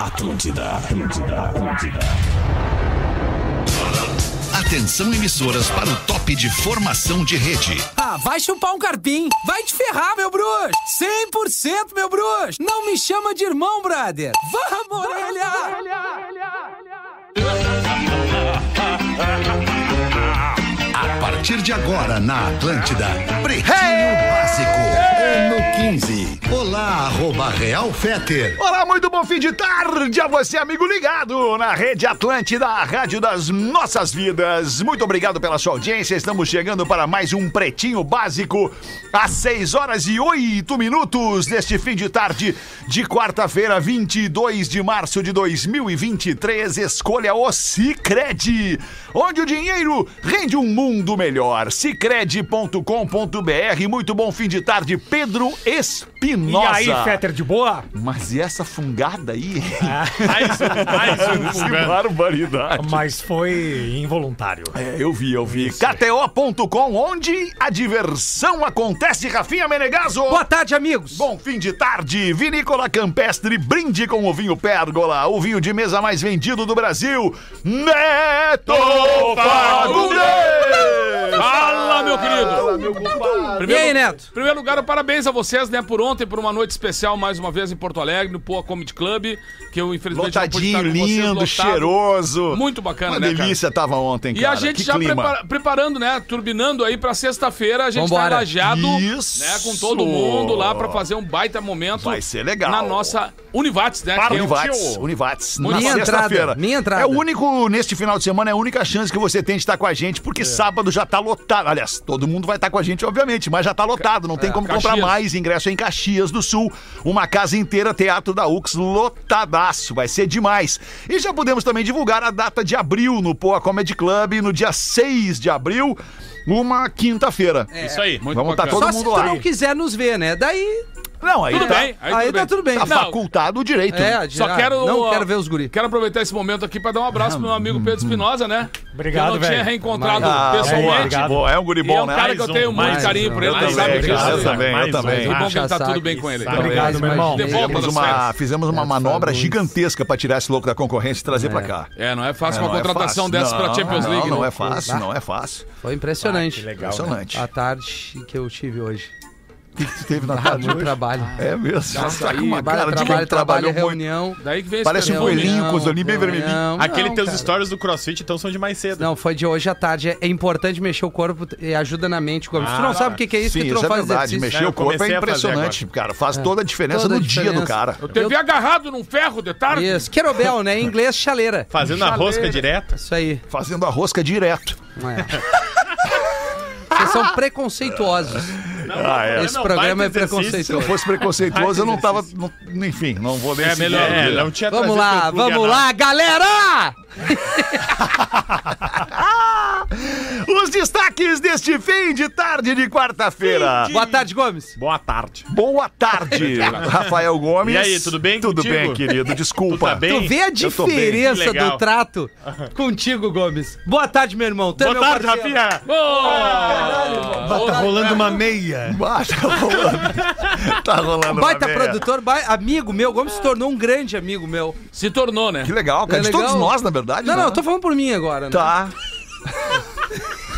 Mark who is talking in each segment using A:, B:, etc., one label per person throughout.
A: Atlântida, Atlântida, Atlântida.
B: Atenção emissoras para o top de formação de rede.
C: Ah, vai chupar um carpim. Vai te ferrar, meu bruxo. 100% meu bruxo. Não me chama de irmão, brother. Vamos, orelha.
B: A partir de agora na Atlântida, Pretinho Básico, ano 15. Olá, arroba Real Feter.
D: Olá, muito bom fim de tarde a você, amigo ligado na Rede Atlântida, a rádio das nossas vidas. Muito obrigado pela sua audiência. Estamos chegando para mais um Pretinho Básico, às 6 horas e 8 minutos deste fim de tarde de quarta-feira, 22 de março de 2023. Escolha o Cicred, onde o dinheiro rende um mundo melhor. Cicred.com.br. Muito bom fim de tarde, Pedro Espinosa.
E: E aí, Fetter, de boa?
D: Mas e essa fungada aí?
E: Ah, Mais, um, mais
D: que barbaridade.
E: Mas foi involuntário.
D: É, eu vi, eu vi. KTO.com, onde a diversão acontece, Rafinha Menegaso.
C: Boa tarde, amigos.
D: Bom fim de tarde, vinícola campestre, brinde com o vinho Pérgola, o vinho de mesa mais vendido do Brasil, Neto Fagundes!
F: Fala, meu querido!
D: Ah, meu compadre!
C: E aí, Neto?
F: Em primeiro lugar, parabéns a vocês, né, por ontem, por uma noite especial mais uma vez em Porto Alegre, no Poa Comedy Club, que eu infelizmente
D: Lotadinho,
F: não pude estar com vocês,
D: lindo,
F: Uhum. lotado.
D: cheiroso.
F: Muito bacana,
D: Uma
F: né, cara?
D: delícia tava ontem,
F: E
D: cara.
F: a gente
D: Que
F: já
D: clima.
F: prepara- preparando, né, turbinando aí pra sexta-feira, a gente
C: Vambora.
F: tá engajado,
D: Isso.
F: né, com todo mundo lá pra fazer um baita momento.
D: Vai ser legal.
F: Na nossa Univates, né,
D: Para
F: que é o
D: Univates,
F: tio-
D: Univates, na
C: Minha entrada,
D: sexta-feira.
C: minha entrada.
D: É o único, neste final de semana, é a única chance que você tem de estar com a gente,
F: É.
D: porque sábado já tá lotado. Aliás, todo mundo vai estar com a gente, obviamente, mas já tá lotado, não tem como comprar
F: Caxias.
D: mais. Ingresso é em Caxias do Sul, uma casa inteira, Teatro da UX, lotadaço, vai ser demais. E já podemos também divulgar a data de abril no Poa Comedy Club, no dia 6 de abril, uma quinta-feira.
C: É.
F: Isso aí, muito
D: Vamos tá
F: bacana.
D: todo
C: Só se
D: mundo
C: tu
D: lá.
C: não quiser nos ver, né? Daí,
D: Não, aí
F: Tudo
D: tá,
F: bem,
C: aí tá tudo bem.
D: tá
F: Não,
D: facultado o direito.
C: É,
D: né?
F: Só
C: já-
F: quero.
C: Não
F: ó,
C: quero ver os guri.
F: Quero aproveitar esse momento aqui pra dar um abraço pro meu amigo Pedro Espinosa, né?
E: Obrigado,
F: Que eu não tinha
E: velho.
F: reencontrado
D: Ah, boa,
F: pessoalmente.
E: obrigado.
D: boa, é um guri
F: E é
D: bom,
F: um
D: né?
F: cara que eu
G: um,
F: tenho muito
G: mais
F: carinho
G: um.
F: por ele,
D: Eu
F: ele
D: também,
F: sabe disso.
D: cara, eu
F: né?
D: também, eu
G: Mais um.
D: também.
F: Que bom que
C: Puxa
F: ele tá
C: saco.
F: tudo bem com ele.
G: Sabe.
E: Obrigado,
C: Talvez
E: meu irmão.
C: mais
F: De volta.
D: Fizemos
F: das
D: uma,
F: férias.
D: fizemos uma
C: Neto
D: manobra
C: Fagundes.
D: gigantesca pra tirar esse louco da concorrência e trazer pra cá.
F: É, não é fácil
D: É,
F: uma
D: não é
F: contratação
D: fácil.
F: dessa pra
D: Não,
F: Champions League.
D: Não, não
F: né?
D: é fácil, não é fácil.
C: Foi impressionante.
E: legal.
D: Impressionante.
C: A tarde que eu tive hoje.
D: O que que tu teve na
C: Ah,
D: tarde
C: muito
D: hoje?
C: trabalho.
D: É mesmo.
F: Nossa,
D: Tá com uma
C: Trabalho,
D: cara de quem
C: trabalho, trabalho,
D: trabalhou muito.
C: reunião.
F: Daí que vem esse
D: Parece um
F: perfume,
D: coelhinho.
F: né?
D: com os olhinhos bem vermelhinhos.
G: Aquele teus
C: cara.
G: stories do crossfit, então, são de mais cedo.
C: Não, foi de hoje à tarde. É- É importante mexer o corpo e ajuda na mente. Gomes. tu não
G: Ah,
C: sabe o que que é isso
D: Sim,
C: que tu não
D: isso é
C: faz
D: verdade.
C: exercício.
D: Mexer
G: É,
D: o
G: eu
D: corpo é
G: comecei a fazer
D: impressionante, cara. Faz toda a diferença
C: Toda a
D: no dia do
C: diferença.
D: cara.
F: Eu teve agarrado num ferro de tarde.
C: Isso, querobel, né? Em inglês, chaleira.
G: Fazendo a rosca direta.
C: Isso aí.
D: Fazendo a rosca direto.
C: É. Vocês são preconceituosos.
D: Ah, é.
C: Esse programa é
G: baita exercício.
D: Se eu
C: preconceituoso.
D: fosse preconceituoso, eu não tava. não- enfim, não vou nem
F: É,
D: seguir.
F: melhor.
G: É, não tinha
C: Vamos
G: trazido
C: lá,
G: teu plug
C: vamos
G: anal.
C: lá, galera!
D: Os destaques deste fim de tarde de quarta-feira.
C: Boa tarde, Gomes.
G: Boa tarde.
D: Boa tarde, Rafael Gomes.
G: E aí, tudo bem
D: Tudo
G: contigo?
D: bem, querido. Desculpa.
G: tá bem?
C: Tu vê a
G: Eu tô bem, que
C: diferença
G: legal.
C: do trato contigo, Gomes. Boa tarde, meu irmão. Tu é
G: Boa
C: meu
G: tarde,
C: parceiro.
G: Rafinha.
F: Ô, é,
G: Tá rolando uma meia.
D: Ah, tá rolando. tá rolando.
C: Baita
D: uma meia.
C: produtor, bai- amigo meu. Gomes se tornou um grande amigo meu.
F: Se tornou, né?
D: Que legal, cara.
C: É
D: De
C: legal?
D: todos nós, na verdade.
C: Não,
D: né?
C: não, eu tô falando por mim agora. né?
D: Tá.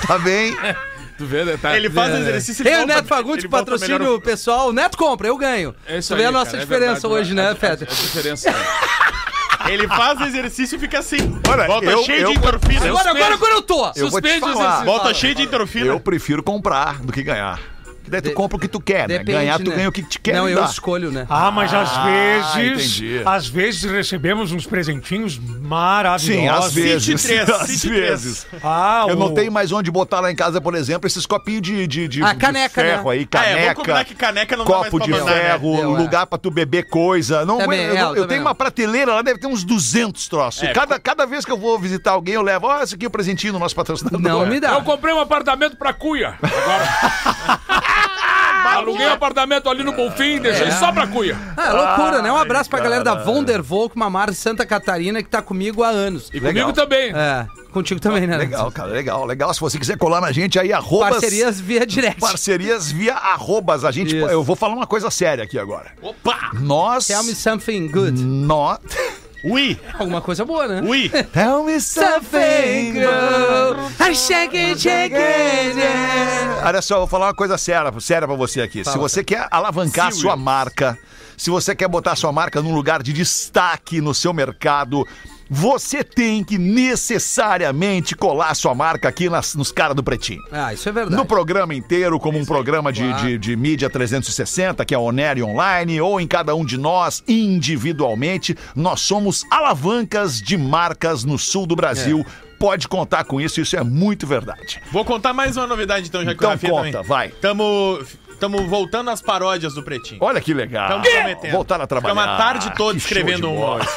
D: tá bem.
F: Tu vê, né? Tá-
G: Ele faz exercício e
C: Tem É. o
G: volta-
C: Neto Fagundes,
G: ele volta
C: patrocínio
G: melhor.
C: pessoal. O Neto compra, eu ganho.
F: É isso
C: tu vê
F: aí,
C: a nossa
F: cara, é
C: diferença
F: verdade,
C: hoje, né,
F: a- a-
C: Fede?
F: A diferença.
G: Ele faz exercício e fica assim.
D: Olha,
G: volta
D: eu-
G: cheio
D: eu-
G: de endorfina.
C: Agora, agora, agora eu tô!
D: Eu vou te
F: Suspende os
D: falar. né,
F: exercícios.
G: Volta cheio de endorfina.
D: Eu prefiro comprar do que ganhar. Porque daí tu
C: De-
D: compra o que tu quer, né?
C: Depende,
D: Ganhar, tu
C: né?
D: ganha o que te quer.
C: Não,
D: me
C: eu
D: dá.
C: escolho, né?
E: Ah, mas às vezes,
D: entendi.
E: às vezes recebemos uns presentinhos maravilhosos.
D: Sim, às vezes.
G: City três,
D: às
G: City três.
D: vezes.
E: Ah,
D: Eu não
E: o-
D: tenho mais onde botar lá em casa, por exemplo, esses copinhos de, de, de,
C: Ah,
D: de
C: caneca,
D: ferro
C: né?
D: aí,
G: Ah, é, vamos
D: caneca.
G: combinar que caneca não dá
D: copo
G: mais
D: de
G: pra mandar, né?
D: ferro,
C: Deu, é.
D: lugar pra tu beber coisa. Não,
C: Também,
D: eu, eu-
C: é, eu
D: eu
C: também
D: tenho
C: não.
D: uma prateleira lá, deve ter uns 200 troços. E cada, cada vez que eu vou visitar alguém, eu levo, ó, esse aqui é o presentinho do nosso patrocinador. É.
C: Não me dá.
F: Eu comprei um apartamento pra cuia. Agora. Aluguei um apartamento ali no Bonfim e deixei só pra cuia.
C: Ah, loucura, né? Um abraço pra galera da Vondervol, uma marca de Santa Catarina que tá comigo há anos.
F: E
D: Legal.
F: comigo também.
C: É, contigo também, né?
D: Legal, cara, legal, legal. Se você quiser colar na gente aí, arrobas...
C: Parcerias via direct.
D: Parcerias via arrobas. A gente,
C: Isso.
D: eu vou falar uma coisa séria aqui agora. Opa! Nós... Hum.
C: Tell me something good.
D: Nós...
G: Ui,
C: Alguma coisa boa, né?
G: ui.
D: Tell me
C: Something good. I shake it, shake it, yeah.
D: Olha só, eu vou falar uma coisa séria, séria pra você aqui. se você quer alavancar a sua marca, se você quer botar a sua marca num lugar de destaque no seu mercado, você tem que necessariamente colar a sua marca aqui nas- nos caras do Pretinho.
C: Ah, isso é verdade.
D: No programa inteiro, como um programa de, de, de mídia 360, que é a Onere Online, ou em cada um de nós individualmente, nós somos alavancas de marcas no sul do Brasil. Pode contar com isso, isso é muito verdade.
G: Vou contar mais uma novidade então, já que
D: Então
G: o Rafinha
D: conta,
G: também.
D: vai.
G: Tamo, tamo voltando às paródias do Pretinho.
D: Olha que legal.
G: Tamo prometendo.
D: Ah, Voltar a trabalhar.
G: Ficamos a tarde toda
D: Que
G: escrevendo
D: show de
G: um
D: bola.
G: hoje.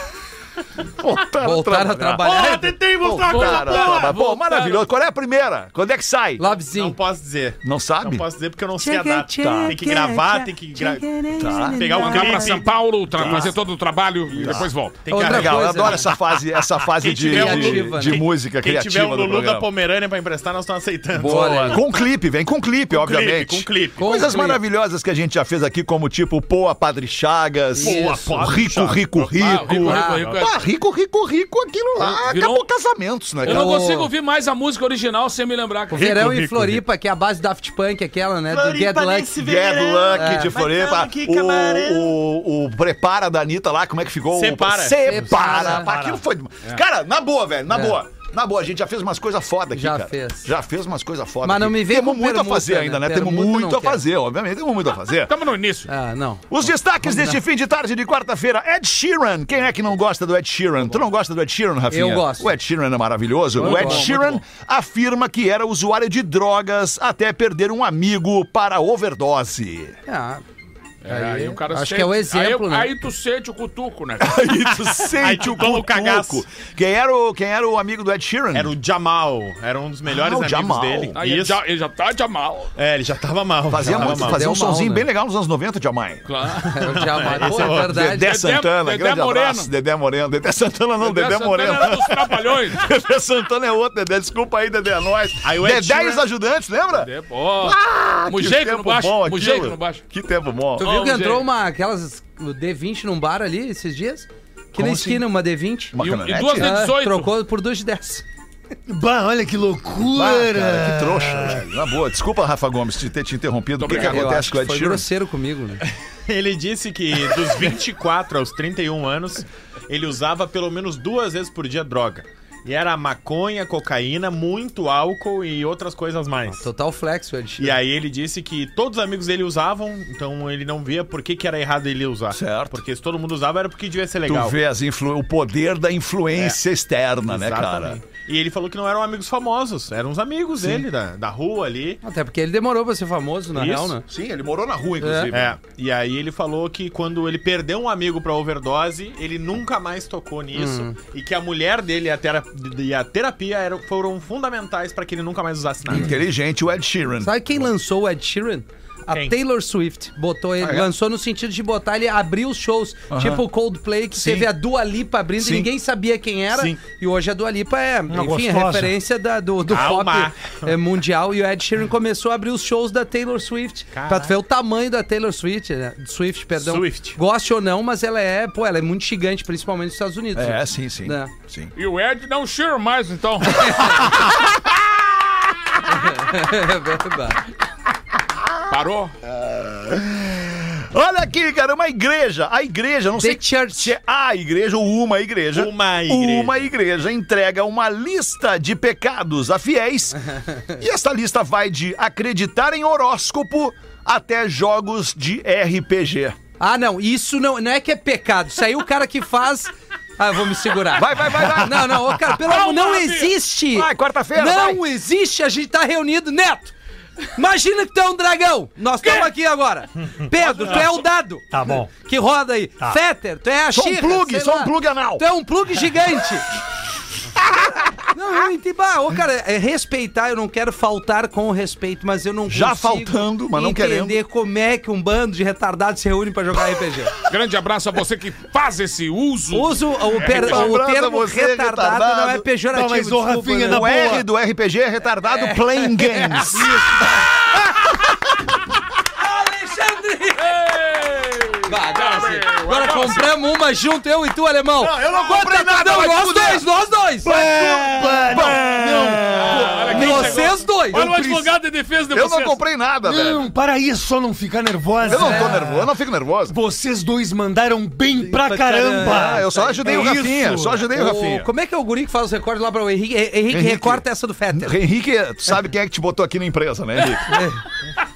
D: Voltar,
C: Voltaram a trabalhar.
G: tentei
D: Voltar a trabalhar. Bom,
F: Voltaram.
D: maravilhoso. Qual é a primeira? Quando é que sai?
G: Não
C: Lovezinho.
G: posso dizer.
D: Não sabe?
G: Não posso dizer porque eu não sei a
H: Check it,
G: data.
H: check
G: Tem que gravar,
H: it,
G: tem que gra-
D: Tá.
G: pegar um o
F: Mandar pra São
G: clipe.
F: Paulo, tra- fazer todo o trabalho e depois volta.
G: Tem que
C: Outra
D: Legal, eu
C: coisa,
D: adoro
C: né?
D: essa fase, essa fase
G: Quem
D: de,
G: tiver
D: de-
G: um
C: Lulu-
D: de
C: quem-
D: música
G: Quem
D: criativa
G: tiver o
D: do
G: Lulu da
D: programa.
G: Pomerânia pra emprestar, nós estamos aceitando.
C: Boa, Lelê.
D: Com clipe, vem com clipe, obviamente.
G: Clipe, com clipe.
C: Com
D: Coisas
C: clipe.
D: maravilhosas que a gente já fez aqui, como tipo Poa Padre Chagas,
C: Poa
D: Poa Rico, Rico, Rico.
F: Ah, rico, rico, rico, é.
D: Ah, rico, rico, rico, aquilo lá
F: Virou-
D: acabou casamentos, né?
F: Eu não
D: cara?
F: consigo ouvir mais a música original sem me lembrar.
C: O
F: cara.
C: verão em Floripa, que é a base do Daft Punk, aquela, né? Do Get Lucky.
D: Get Lucky de
C: É.
D: Floripa.
G: Mas não, que
D: O,
G: camarão.
D: o, o Prepara da Anitta lá, como é que ficou?
G: Separa.
D: O... Separa.
C: Separa.
D: Pá, Aquilo foi. Cara, na boa, velho, na
C: É.
D: boa. Na boa, a gente já fez umas coisas foda aqui,
C: Já
D: cara.
C: fez.
D: Já fez umas coisas foda.
C: Mas não
D: aqui.
C: me vem
D: Temos
C: com
D: muito a
C: permuta,
D: fazer ainda, né?
C: né?
D: Temos
C: Permuta
D: muito
C: não
D: a
C: quero.
D: fazer, obviamente. Temos muito a fazer.
F: Tamo no início.
C: Ah, não.
D: Os destaques
C: Vamos
D: deste
C: lá.
D: fim de tarde de quarta-feira. Ed Sheeran. Quem é que não gosta do Ed Sheeran? Tu não gosta do Ed Sheeran, Rafinha?
C: Eu gosto.
D: O Ed Sheeran é maravilhoso. o Ed
C: bom, muito
D: Sheeran afirma que era usuário de drogas até perder um amigo para overdose.
C: Ah,
F: É, aí o cara
C: acho
F: sente-
C: que é o exemplo,
F: aí,
C: né?
F: aí tu sente o cutuco, né?
D: Aí tu sente
G: tu
D: o
G: toma o
D: cutuco.
G: cagaço.
D: Quem era o, quem era o amigo do Ed Sheeran?
G: Era o Jamal. Era um dos melhores
D: Ah, o
G: amigos
D: Jamal.
G: dele.
F: Aí ele
G: Isso.
F: já, ele já tá de mal.
G: É, ele já tava mal.
D: Fazia,
G: já tava
D: muito,
G: mal.
D: fazia um
C: Deu mal,
D: sonzinho
C: né?
D: bem legal nos anos 90, Jamai.
F: Claro.
C: eu já
G: esse
C: Pô,
G: é
C: é
G: outro.
C: verdade.
D: Dedé Santana,
F: Dedé
D: grande
F: Moreno.
D: abraço. Dedé Moreno. Dedé Santana não, Dedé,
F: Santana
D: Moreno.
F: era dos trapalhões.
D: Dedé Santana é outro, Dedé. Desculpa aí, Dedé, é nóis.
G: Aí o Ed
D: Dedé
G: Sheeran-
D: e os ajudantes, lembra?
F: É, pô.
D: Ah,
F: Mujeico no baixo,
D: bom
F: mujeico
D: aquilo.
F: no baixo.
D: Que tempo bom.
C: Tu viu que
F: Vamos,
C: entrou
F: gente.
C: uma, aquelas o D20 num bar ali esses dias? Que
D: Como assim?
C: na esquina, uma D20.
D: Uma
F: E, um- e
D: caminhonete?
F: duas de
C: Ah,
F: 18.
C: trocou por duas de 10.
I: Bah, olha que
D: Ah,
I: loucura!
D: cara, que trouxa. velho. Na boa, desculpa, Rafa Gomes, de ter te interrompido. O que, que
F: Obrigado.
D: acontece com o
C: que
D: Ed
C: foi
D: Sheeran?
C: grosseiro comigo, né?
G: Ele disse que dos 24 aos 31 anos, ele usava pelo menos duas vezes por dia droga. E era maconha, cocaína, muito álcool e outras coisas mais.
C: Total flex, o Ed
G: E
C: Sheeran.
G: aí ele disse que todos os amigos dele usavam, então ele não via por que, que era errado ele usar.
D: Certo.
G: Porque se todo mundo usava era porque devia ser
D: Tu
G: legal.
D: vê as influ- o poder da influência externa, né, cara?
G: Exatamente. E ele falou que não eram amigos famosos, eram uns amigos dele, da, da rua ali.
C: Até porque ele demorou pra ser famoso, na
G: Isso.
C: real, né?
D: Sim, ele morou na rua, inclusive.
G: É, e aí ele falou que quando ele perdeu um amigo pra overdose, ele nunca mais tocou nisso.
C: Hum.
G: E que a mulher dele e a, tera- e a terapia eram, foram fundamentais pra que ele nunca mais usasse nada.
D: Inteligente o Ed Sheeran.
C: Sabe quem lançou o Ed Sheeran? A
G: Quem?
C: Taylor Swift botou ele,
D: Ah, é?
C: lançou no sentido de botar ele abrir os shows, tipo o Coldplay que
D: Sim.
C: teve a Dua Lipa abrindo
D: Sim.
C: e ninguém sabia quem era.
G: Sim.
C: E hoje a Dua Lipa é, enfim,
E: gostosa.
C: referência da- do, do pop
G: Calma.
C: é, mundial e o Ed Sheeran começou a abrir os shows da Taylor Swift. Pra tu ver o tamanho da Taylor Swift, né? Swift, perdão.
G: Swift.
C: Goste ou não, mas ela é, pô, ela é muito gigante, principalmente nos Estados Unidos.
D: É, sim, sim.
C: Né?
D: sim.
F: E o Ed não cheira mais, então.
C: É verdade.
F: Parou?
D: Olha aqui, cara, uma igreja. A igreja, não sei
C: The Church.
D: se é a igreja ou uma igreja.
G: Uma igreja.
D: Uma igreja entrega uma lista de pecados a fiéis. e essa lista vai de acreditar em horóscopo até jogos de RPG.
C: Ah, não, isso não, não é que é pecado. Isso aí o cara que faz. Ah, eu vou me segurar.
D: Vai, vai, vai, vai.
C: Não, não, ô, cara, pelo amor, não existe.
D: Vai, quarta-feira,
C: Não existe, a gente tá reunido, Neto. Imagina que tu é um dragão. Nós estamos aqui agora. Pedro, tu é o dado.
E: Tá bom.
C: Que roda aí. Fetter, tu é a
D: Sou um
C: Xirra,
D: plug,
C: sei
D: sou um
C: lá.
D: plug anal.
C: Tu é um plug gigante. Não, eu entendi. Bah, ô, cara, é respeitar, eu não quero faltar com o respeito, mas eu não
D: Já
C: consigo
D: faltando, mas não querendo.
C: entender como é que um bando de retardados se reúne pra jogar RPG.
F: Grande abraço a você que faz esse uso.
C: Uso o, per-
D: Um abraço
C: o
D: a
C: termo
D: você,
C: retardado,
D: retardado.
C: não é pejorativo.
I: Não, mas ô,
C: desculpa, né?
I: Rafinha, na
D: O
I: boa.
D: R do RPG é retardado playing games.
C: Alexandre!
F: Ei!
C: Bah, agora sim.
F: Valeu,
C: Agora compramos uma junto, eu e tu, alemão.
D: Não, eu não comprei
C: Quanta-
D: nada,
C: Não,
D: vai
C: nós
D: tudo
C: dois, nós dois. Vocês dois.
F: Olha o advogado de defesa de
D: Eu não
F: vocês.
D: comprei nada, velho.
H: Não, para isso, só não ficar nervosa.
D: Eu não
E: É.
D: tô nervoso, eu não fico nervoso.
H: Vocês dois mandaram bem pra
C: pra
H: caramba.
C: caramba.
D: Ah, eu só ajudei o
H: isso.
D: Rafinha, só ajudei o Rafinha.
C: como é que é o guri que faz os recordes lá para o Henrique? Henrique, recorta essa do Fetter.
D: Henrique, tu sabe quem é que te botou aqui na empresa, né, Henrique?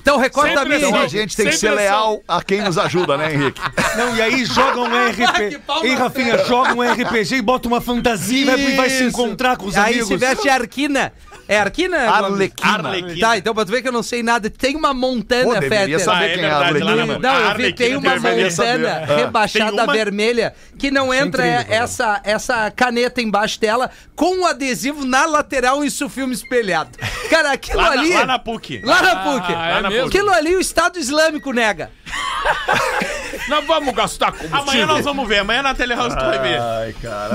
C: Então recorta a
F: Sempre
C: minha.
D: Então a
F: Henrique,
D: gente tem que
F: sem
D: ser
F: pressão.
D: leal a quem nos ajuda, né, Henrique?
H: Não, e aí joga um
C: que
H: RPG.
C: pau
H: Ei,
C: na
H: Rafinha, joga um RPG e bota uma fantasia né, e vai se encontrar com os
C: Aí
H: amigos.
C: se veste a Arquina. É Arquina?
D: Arlequina.
G: Arlequina.
C: Tá, então pra tu ver que eu não sei nada, tem uma
D: Pô,
C: montana,
D: deveria
C: Fetter.
D: saber
G: Ah, é
D: quem é a
G: verdade, lá
D: Arlequina.
G: na
D: mano.
G: mão.
C: Não, eu vi,
G: Arlequina
C: tem uma
G: deveria
D: saber.
C: montana
D: Ah.
G: Tem
C: rebaixada
G: uma?
C: vermelha que não entra
H: trilho, Rodão.
C: essa, essa caneta embaixo dela com um adesivo na lateral, isso filme espelhado. Cara, aquilo
G: Lá na-
C: ali.
G: lá na PUC.
C: Lá na PUC.
F: Ah, é mesmo?
C: Aquilo ali o Estado Islâmico nega.
F: Nós vamos gastar
G: Amanhã
F: combustível.
G: nós vamos ver, amanhã na Telehouse tu vai ver.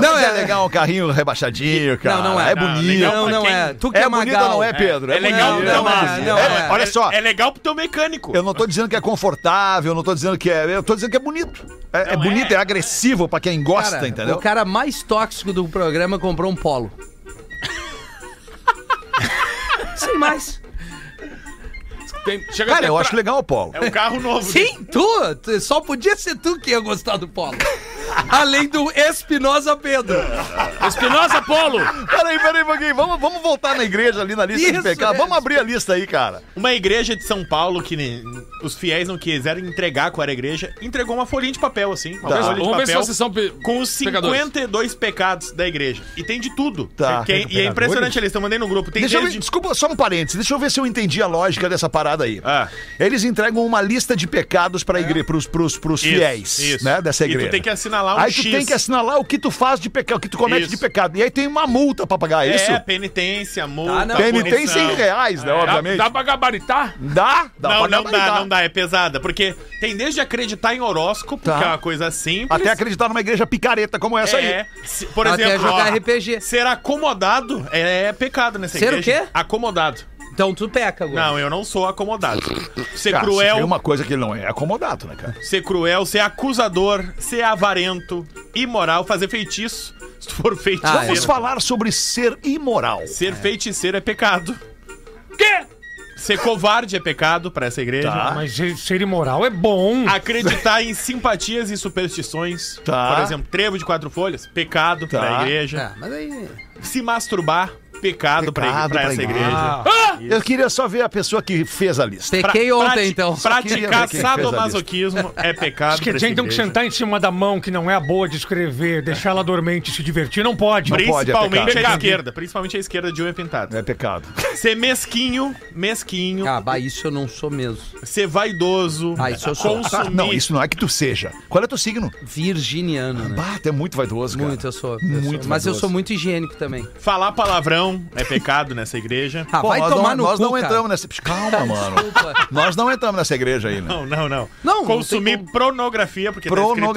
C: não
D: É legal um carrinho rebaixadinho, cara.
C: Não, não é.
D: É bonito.
G: legal
C: Não,
G: pra
C: não
G: quem-
C: é. Tu que é,
D: É bonito ou
C: magal.
D: não é, Pedro?
G: É legal
C: Não,
G: pro
D: bonito.
G: teu
C: não é,
G: base.
C: não
G: É,
D: é. Olha só.
G: É legal pro teu mecânico.
D: Eu não tô dizendo que é confortável, eu não tô dizendo que é. Eu tô dizendo que é bonito. É, é
G: Não
D: bonito, é.
G: é.
D: agressivo pra quem gosta,
C: Cara,
D: entendeu?
C: O cara mais tóxico do programa comprou um polo. Sem mais.
F: Tem- chega
D: Cara,
F: até
D: eu
F: pra-
D: acho legal o Polo.
G: É um carro novo.
C: Sim, tu, tu- Só podia ser tu que ia gostar do polo. Além do Espinosa Pedro.
F: Espinosa Polo.
D: Peraí, peraí, um pouquinho. Vamos, vamos voltar na igreja ali, na lista de
C: Isso,
D: pecado.
C: é.
D: Vamos abrir a lista aí, cara.
G: Uma igreja de São Paulo que ne- os fiéis não quiseram entregar com a igreja, entregou uma folhinha de papel, assim. Uma
D: Tá.
G: folha de
F: Vamos ver se
G: papel
F: vocês são pe-
G: Com os
F: pecadores.
G: 52 pecados da igreja. E tem de tudo.
D: Tá.
G: Tem- e é impressionante, eles estão mandando no grupo. Tem
D: Deixa eu ver,
G: desde-
D: desculpa, só um parênteses. Deixa eu ver se eu entendi a lógica dessa parada aí.
G: Ah.
D: Eles entregam uma lista de pecados para igreja, pros, pros, pros
G: É. Isso,
D: fiéis,
G: isso.
D: né, dessa
G: E tu
D: igreja.
G: tem que assinalar um
D: Aí tu
G: X.
D: tem que assinalar o que tu faz de pecado, o que tu comete
G: Isso.
D: de pecado. E aí tem uma multa pra pagar, é isso?
G: É, tá penitência, multa,
C: Ah, não.
D: PNT em
G: punição.
D: 100 reais, né,
F: Dá,
D: obviamente.
F: dá pra gabaritar?
D: Dá? Dá pra
G: Não, não dá,
D: gabaritar.
G: não dá, é pesada. Porque tem desde acreditar em horóscopo,
D: Tá.
G: que é uma coisa simples.
D: Até acreditar numa igreja picareta como essa
G: É,
D: aí.
G: se- por
C: Até
G: exemplo,
C: jogar
G: ó,
C: RPG.
G: ser acomodado é pecado nessa
C: Ser o
G: igreja.
C: quê?
G: Acomodado.
C: Então tu peca agora.
G: Não, eu não sou acomodado. Ser
D: Cara, Ah, se
G: cruel,
D: Tem uma coisa que ele não é, é acomodado, né, cara?
G: ser cruel, ser acusador, ser avarento, imoral, fazer feitiço. Se tu for feiticeiro,
C: Ah,
D: Vamos falar sobre ser imoral.
G: ser feiticeiro é pecado.
F: Quê?
G: Ser covarde é pecado pra essa igreja.
D: Tá.
E: Ah, Mas ser- ser imoral é bom.
G: Ah, Acreditar em simpatias e superstições.
D: Tá.
G: Por exemplo, trevo de quatro folhas, pecado
D: Tá.
G: pra igreja.
C: Tá, mas aí.
G: Se masturbar, pecado, pra,
D: Pecado
G: pra
D: pra
G: essa
D: igreja. Ah!
G: igreja.
D: Eu queria só ver a pessoa que fez a lista.
G: Pra-
C: Ah, Pequei ontem,
G: prati-
C: então.
D: queria ver
G: Praticar
D: quem fez a
G: sadomasoquismo é pecado.
E: Acho que a
G: pra essa
E: gente
C: então-
E: tem então, que
G: igreja.
E: sentar em cima da mão que não é a boa de escrever, deixar ela dormente e se divertir. Não pode.
D: Não pode, é
G: Principalmente a
D: pecado.
G: esquerda, principalmente a esquerda de unha pintada.
D: É pecado.
G: Ser mesquinho, mesquinho,
C: Ah, bah, isso eu não sou mesmo.
G: ser vaidoso,
C: Ah, isso eu sou.
G: consumir.
D: Não, isso não é que tu seja. Qual é teu signo?
C: Virginiano, né?
D: Bah, tu é muito vaidoso, cara.
C: Muito, eu sou. eu sou.
D: Muito
C: Mas eu
D: vaidoso.
C: sou muito higiênico também.
G: Falar palavrão é pecado nessa igreja.
C: Ah,
D: Pô,
C: vai
D: nós
C: tomar
D: não,
C: no
D: Nós
C: cu,
D: não
C: cara.
D: entramos nessa... Calma, mano.
C: Desculpa.
D: Nós não entramos nessa igreja aí, né?
G: Não, não, não.
C: Não, não
G: Consumir
C: tem
G: pornografia, porque
D: Pornografia.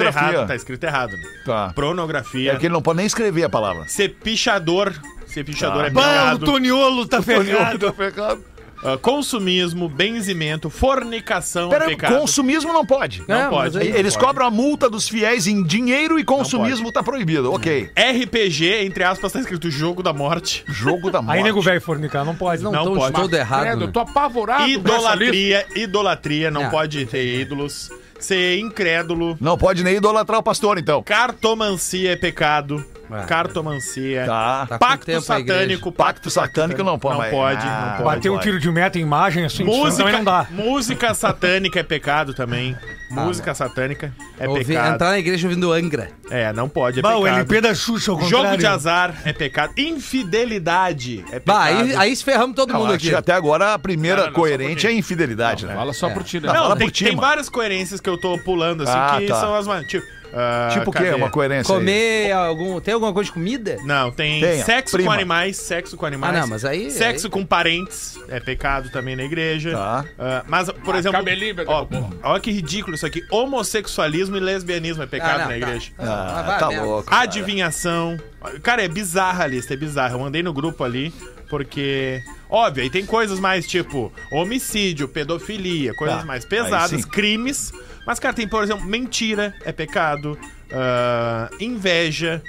G: tá escrito errado. Tá escrito errado, né?
D: Tá.
G: Pornografia.
D: É que ele não pode nem escrever a palavra.
G: Ser pichador. Ser pichador
D: Tá.
G: é
H: Bah, o
G: pecado.
H: Toniolo tá ferrado.
D: pecado.
G: Ah, consumismo, benzimento, fornicação é
D: Peraí,
G: pecado.
D: consumismo não pode.
G: Não
C: É, mas
G: pode.
C: aí-
D: Eles cobram a multa dos fiéis em dinheiro e consumismo tá proibido. Ok.
G: É. RPG, entre aspas, tá escrito jogo da morte.
D: Jogo da morte.
E: Aí nego velho fornicar, não pode. né?
C: Não,
G: Não
C: estão
G: pode.
C: de todo errado.
F: Credo,
C: né?
F: eu tô apavorado. com essa lista.
G: Idolatria, idolatria, não
C: Ah.
G: pode ter ídolos. Ser incrédulo.
D: Não pode nem idolatrar o pastor, então.
G: Cartomancia é pecado.
C: Ah.
G: Cartomancia. é
D: Tá.
C: Tá com
G: Pacto
C: tempo a igreja.
G: satânico.
D: Pacto satânico não pode.
G: Não
D: mas-
G: pode,
D: Ah,
G: não pode.
E: Bater um tiro de meta em imagem, assim, isso também
G: Música,
E: não dá.
G: música satânica é pecado também. música satânica é
C: Ouvi-
G: pecado.
C: entrar na igreja ouvindo Angra.
G: É, não pode, é
H: Bah, o
G: pecado.
H: LP
D: tá
H: da Xuxa ao contrário.
G: Jogo de azar é pecado. Infidelidade é pecado.
C: Bah, aí, aí se ferramos todo
D: Não,
C: mundo
D: acho
C: aqui.
D: que até agora a primeira
G: Não, não, não,
D: coerente
G: só um
D: é a infidelidade, né?
F: Fala só por ti, né?
D: Não,
G: Não,
D: fala
G: tem,
D: por ti,
G: tem
D: mano.
G: várias coerências que eu tô pulando, assim,
D: Ah,
G: que
D: tá.
G: são as... man- Tipo, ah,
D: Tipo o quê?
G: cadê?
D: Uma coerência. aí.
C: Comer algum. Tem alguma coisa de comida?
G: Não, tem
D: Tem, ó,
G: sexo
D: prima.
G: com animais, sexo com animais.
C: Ah, não, mas aí-
G: Sexo
C: aí-
G: com parentes é pecado também na igreja.
D: Tá.
G: Ah, mas, por
F: Ah,
G: exemplo.
F: cabelinho, meu
G: ó,
F: Deus.
G: olha que ridículo isso aqui. Homossexualismo e lesbianismo é pecado
C: não,
G: na
C: tá.
G: igreja.
D: Ah,
C: Ah, vai
D: tá
C: mesmo.
D: louco.
G: Adivinhação. Cara, é bizarra a lista, é bizarra. Eu mandei no grupo ali, porque. Óbvio, aí tem coisas mais tipo homicídio, pedofilia, coisas
D: Tá, aí
G: mais
D: sim.
G: pesadas, crimes. Mas, cara, tem, por exemplo, mentira é pecado, ah, inveja.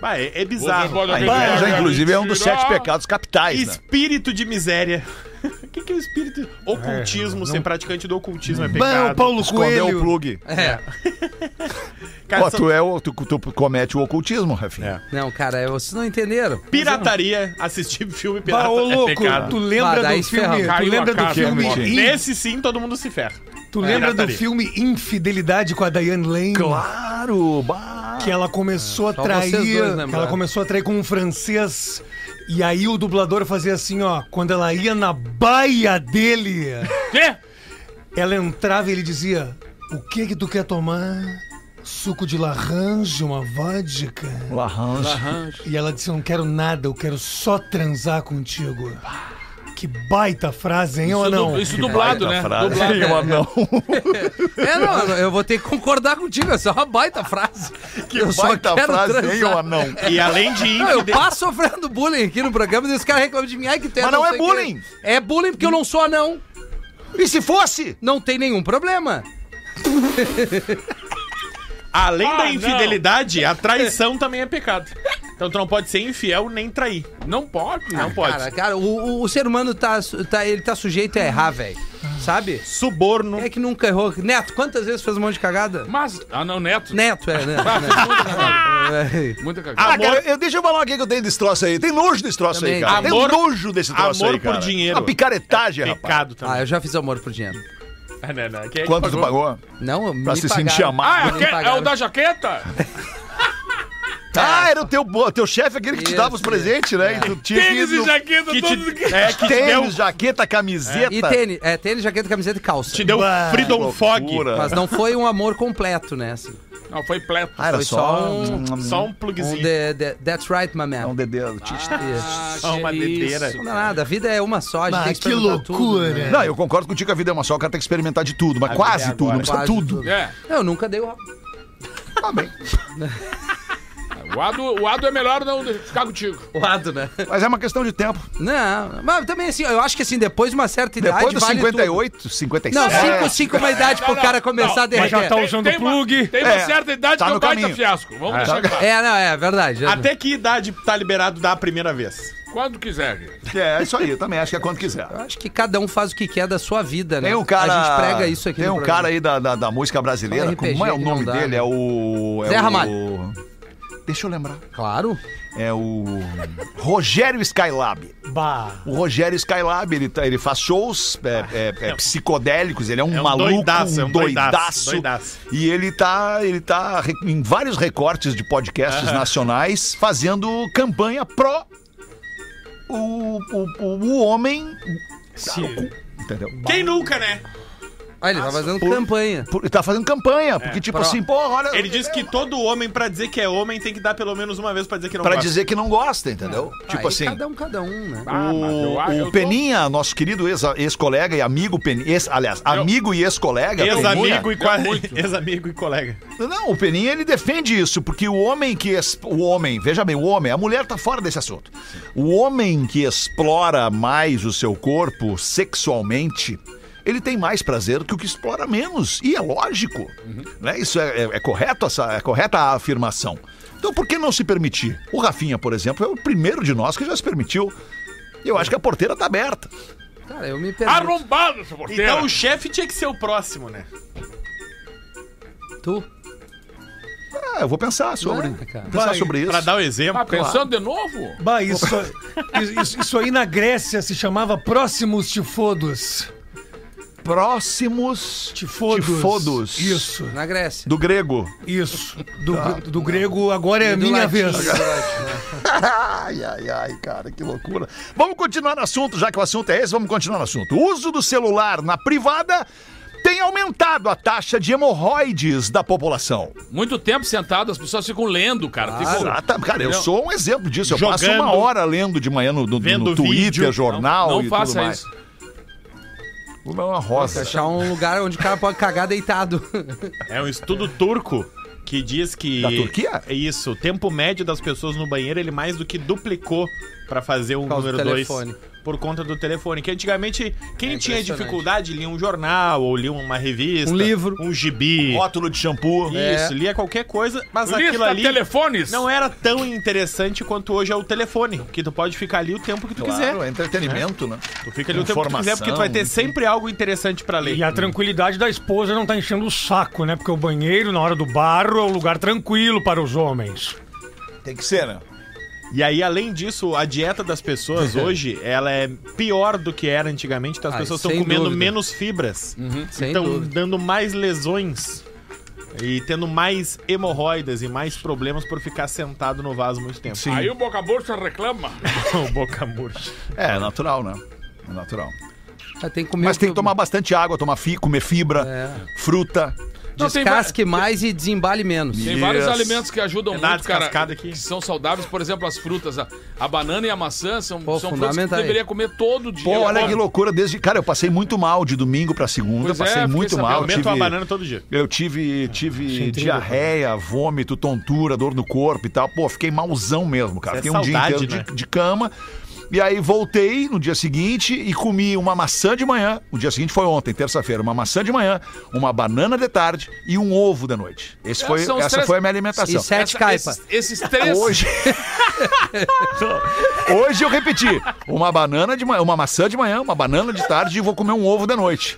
G: Bah, é, é bizarro.
F: Você pode
G: Ah,
F: ouvir-
D: Já, inclusive, é um dos
F: Mentira.
D: sete pecados capitais. né?
G: Espírito de miséria. O que, que é o espírito? Ocultismo, ser praticante do ocultismo é
H: Bom,
G: pecado.
H: Paulo
D: Esconder o
H: Coelho.
D: plug.
C: É.
G: Cara,
D: Ó,
G: são-
D: tu, é o, tu, tu comete o ocultismo, Rafinha.
G: É.
C: Não, cara, eu- vocês não entenderam.
G: Pirataria, assistir filme pirata
H: Bah, ô,
G: é
H: louco,
G: pecado.
H: tu
C: Bah,
H: lembra
C: daí
H: do
C: se
H: filme?
C: ferramos.
H: Tu
F: Caiu
H: lembra
F: a
H: do
F: casa,
H: filme?
F: né,
H: In-
G: Nesse sim, todo mundo se ferra.
H: Tu lembra do
G: pirataria.
H: filme Infidelidade com a Diane Lane?
D: Claro, bah.
H: Que ela começou a
C: Só
H: trair.
C: vocês dois né,
H: que
C: lembraram.
H: ela começou a trair com um francês. E aí o dublador fazia assim, ó. Quando ela ia na baia dele,
F: Quê?
H: ela entrava e ele dizia: O que que tu quer tomar? Suco de laranja, uma vodka?
D: O arranjo.
H: E ela disse: Eu não quero nada, eu quero só transar contigo. Que baita frase, hein, ou
F: Isso,
H: não?
F: du- isso dublado,
D: Baita
F: né?
D: frase.
F: Dublado.
D: Eu não.
C: É, não, eu- eu vou ter que concordar contigo, essa é uma baita frase.
D: Que
C: eu só
D: baita
C: quero
D: frase, hein,
C: transar.
D: o anão.
G: E além de
C: Não, eu
G: infide-
C: passo sofrendo bullying aqui no programa e os caras reclamam de mim. Ai, que tu
D: Mas não é
C: sei o quê.
D: bullying.
C: É bullying porque eu não sou anão.
D: E se fosse?
C: Não tem nenhum problema.
G: além
F: Ah,
G: da
F: não.
G: infidelidade, a traição também é pecado. Então tu não pode ser infiel nem trair.
F: Não pode.
G: Não pode.
C: Ah, Cara, cara, o, o- o ser humano tá, su- tá, ele tá sujeito a errar, velho. Sabe?
G: Suborno.
C: É que nunca errou. Neto, quantas vezes fez um monte de cagada?
F: Mas. Ah, não, Neto.
C: Neto, é, né? né.
F: Muita
D: Ah,
F: cagada.
D: cara, eu, deixa eu falar o que eu tenho desse troço aí. Tem nojo desse troço aí,
C: Também.
D: cara.
G: Amor-
D: tem nojo desse troço
G: amor
D: aí, cara.
G: por dinheiro.
D: A picaretagem, rapaz.
G: é Pecado
C: Ah, é.
G: também.
C: eu já fiz amor por dinheiro.
G: Ah, não, não, que-
D: Quanto tu pagou?
C: Não,
D: Pra
C: me
D: se
C: pagaram.
D: sentir amado.
F: Ah, é,
C: Me
F: aque- é
C: pagaram.
F: o da jaqueta?
D: Ah, era o teu, bo- teu chefe, aquele que te dava os
C: É. Isso, é.
D: presentes, né? E tu tinha que
F: Tênis
D: ir
F: e
D: no-
F: jaqueta,
G: que
F: tudo
G: te, é, que te deu,
D: Tênis, jaqueta, camiseta.
C: E tênis, é, tênis, jaqueta, camiseta e calça.
G: te deu Freedom Fog.
D: Loucura.
C: Mas não foi um amor completo, né? assim.
F: Não, foi pleto.
D: Ah, era
C: foi
D: só
C: só
D: um... um-
G: Só um
C: Um
G: plugzinho.
C: de- de- that's right, my man.
D: um dedo. tch, tch.
C: Isso.
G: Só Ah, uma dedeira.
C: Não dá nada, a vida é uma só, a gente
H: Ah,
C: tem que
H: que
C: experimentar tudo, né?
H: loucura.
D: Não, eu concordo contigo que a vida é uma só, o cara tem que experimentar de tudo, mas quase tudo, não precisa
C: é Quase
D: tudo.
C: tudo.
F: É.
C: Eu nunca dei o rabo.
D: Tá bem.
F: O Ado, o Ado é melhor não ficar contigo.
C: O lado, né?
D: Mas é uma questão de tempo.
C: Não, mas também assim, eu acho que assim, depois de uma certa idade.
D: Depois dos
C: vale
D: 58,
C: tudo. Não,
D: 57.
C: 5, 5 é uma idade pro
F: não,
C: cara começar
F: não,
C: a derreter.
E: mas já tá usando
F: Tem uma-
E: plug.
F: Tem uma
D: É,
F: certa idade
D: tá
F: que é um
D: no
F: baita
D: caminho.
F: fiasco. Vamos deixar claro.
C: É, não, é verdade. Eu-
G: Até que idade tá liberado da primeira vez?
F: Quando quiser.
D: É, é isso aí, eu também acho que é quando quiser.
C: Eu acho que cada um faz o que quer da sua vida, né?
D: Tem um cara.
C: A gente prega isso aqui
D: Tem
C: no
D: um
C: programa.
D: cara aí da, da, da música brasileira.
C: É um RPG
D: como é o
C: que não
D: nome
C: dá,
D: dele?
C: né?
D: É o. É
C: Zé
D: o-
C: Ramalho.
D: Deixa eu lembrar.
C: Claro.
D: É o. Rogério Skylab.
H: Bah.
D: O Rogério Skylab, ele, tá- ele faz shows é, é, é, psicodélicos, ele é um
G: É um
D: maluco,
G: doidaço, é
D: um
G: um
D: doidaço,
G: doidaço, doidaço.
D: E ele tá, ele tá re- em vários recortes de podcasts nacionais fazendo campanha pró o, o, o, o homem. Entendeu?
G: Quem nunca, né?
C: Olha, ele tá fazendo campanha.
D: Por- Tá fazendo campanha, porque tipo
C: pró.
D: assim, pô, olha.
G: É, Ele diz que todo homem, pra dizer que é homem, tem que dar pelo menos uma vez pra dizer que não
D: Pra
G: gosta.
D: dizer que não gosta, entendeu?
G: É.
D: tipo
G: Ah,
C: Aí
D: assim.
C: Cada um, cada um, né?
F: Ah, mas eu acho- eu
D: O,
F: tô-
D: o Peninha, nosso querido ex- ex-colega e amigo, Pen- ex, aliás, amigo e ex-colega.
C: é
D: Peninha-
G: Ex-amigo e, qua-
F: Deu muito.
G: ex-amigo e colega.
D: Não, o Peninha ele defende isso, porque o homem que. es- O homem, veja bem, o homem, a mulher tá fora desse assunto. O homem que explora mais o seu corpo sexualmente. Ele tem mais prazer do que o que explora menos. E é lógico. Né? Isso é, é- é correto essa, é correta a afirmação. Então por que não se permitir? O Rafinha, por exemplo, é o primeiro de nós que já se permitiu. E Eu acho que a porteira tá aberta.
C: Cara, eu me pergunto.
F: Arrombado essa porteira.
G: Então o chefe tinha que ser o próximo, né?
C: Tu?
D: Ah, eu vou pensar sobre,
C: Ah, cara.
D: pensar sobre isso.
G: Pra dar o exemplo.
F: Ah, pensando de novo?
H: Bah, isso, isso, isso aí na Grécia se chamava Próximos Tifodos.
D: Próximos
H: Tifodos.
D: Tifodos.
H: Isso,
C: Na Grécia.
D: do grego.
H: isso. Do, Ah. do grego, agora é
C: E do
H: minha
C: latim,
H: vez.
C: do latim.
D: Ai, ai, ai, cara, que loucura. Vamos continuar no assunto, já que o assunto é esse, vamos continuar no assunto. O uso do celular na privada tem aumentado a taxa de hemorroides da população.
F: Muito tempo sentado, as pessoas ficam lendo, cara. Tipo, ficam...
D: Exato. Cara, eu sou um exemplo disso. Eu passo
G: Jogando.
D: uma hora lendo de manhã no, no- no
G: Vendo
D: Twitter,
G: vídeo.
D: jornal
F: Não
D: e tudo
F: faça
D: mais.
F: isso.
D: Vou dar uma rosa.
C: Achar um lugar onde o cara pode cagar deitado.
G: É um estudo turco que diz que.
D: Da Turquia?
G: É Isso, o tempo médio das pessoas no banheiro ele mais do que duplicou pra fazer um
C: causa do
G: número 2.
C: telefone.
G: por conta do telefone. Que antigamente, quem tinha dificuldade lia um jornal ou lia uma revista.
H: Um livro.
G: Um gibi.
D: Rótulo de shampoo.
G: Isso, lia qualquer coisa, mas aquilo
F: Lista
G: ali
F: telefones.
D: é-
G: não era tão interessante quanto hoje é o telefone, que tu pode ficar ali o tempo que tu
D: Claro,
G: quiser.
D: é entretenimento, né?
G: Tu fica ali o tempo que tu quiser, porque tu vai ter sempre algo interessante pra ler.
E: E a tranquilidade da esposa não tá enchendo o saco, né? Porque o banheiro, na hora do barro, é um lugar tranquilo para os homens.
D: Tem que ser, né?
G: E aí, além disso, a dieta das pessoas hoje, ela é pior do que era antigamente. Então as
C: Ah,
G: pessoas estão
C: sem
G: comendo
C: dúvida. Uhum.
G: menos fibras,
C: Sem
F: Então-
G: estão
C: dúvida.
G: dando mais lesões e tendo mais hemorroidas e mais problemas por ficar sentado no vaso muito tempo. Sim.
F: Aí o Boca Bolsa reclama.
G: o boca murcha.
D: É, é natural, né? É natural.
C: Ah, Tem que comer
D: Mas
C: o
D: tem que
C: teu-
D: tomar bastante água, tomar fi, comer fibra, fruta.
F: Não, tem va-
C: Descasque mais e desembale menos.
F: Tem vários
D: Yes.
F: alimentos que ajudam
G: Renato
F: muito, cara,
G: descascado aqui.
F: que são saudáveis. Por exemplo, as frutas. A, a banana e a maçã são,
C: Pô,
F: são frutas que tu
C: fundamentais.
F: deveria comer todo dia.
D: Pô, olha
F: Agora,
D: que loucura. Desde, cara, eu passei muito mal de domingo pra segunda,
F: Pois é,
D: passei
F: fiquei
D: muito
F: sabendo.
D: mal.
G: Eu meto
D: tive-
G: uma banana todo dia.
D: Eu tive, tive diarreia, vômito, tontura, dor no corpo e tal. Pô, fiquei malzão mesmo, cara.
G: Isso
D: Fiquei
G: é
D: um dia
G: saudade,
D: inteiro de-
G: né?
D: de, cama. E aí voltei no dia seguinte e comi uma maçã de manhã. O dia seguinte foi ontem, terça-feira. Uma maçã de manhã, uma banana de tarde e um ovo da noite. Esse foi,
F: É, são os
D: essa
F: três-
D: foi a minha alimentação.
C: E sete caipas.
F: esses, esses três.
D: Hoje. Hoje eu repeti. Uma banana de manhã, uma maçã de manhã, uma banana de tarde e vou comer um ovo da noite.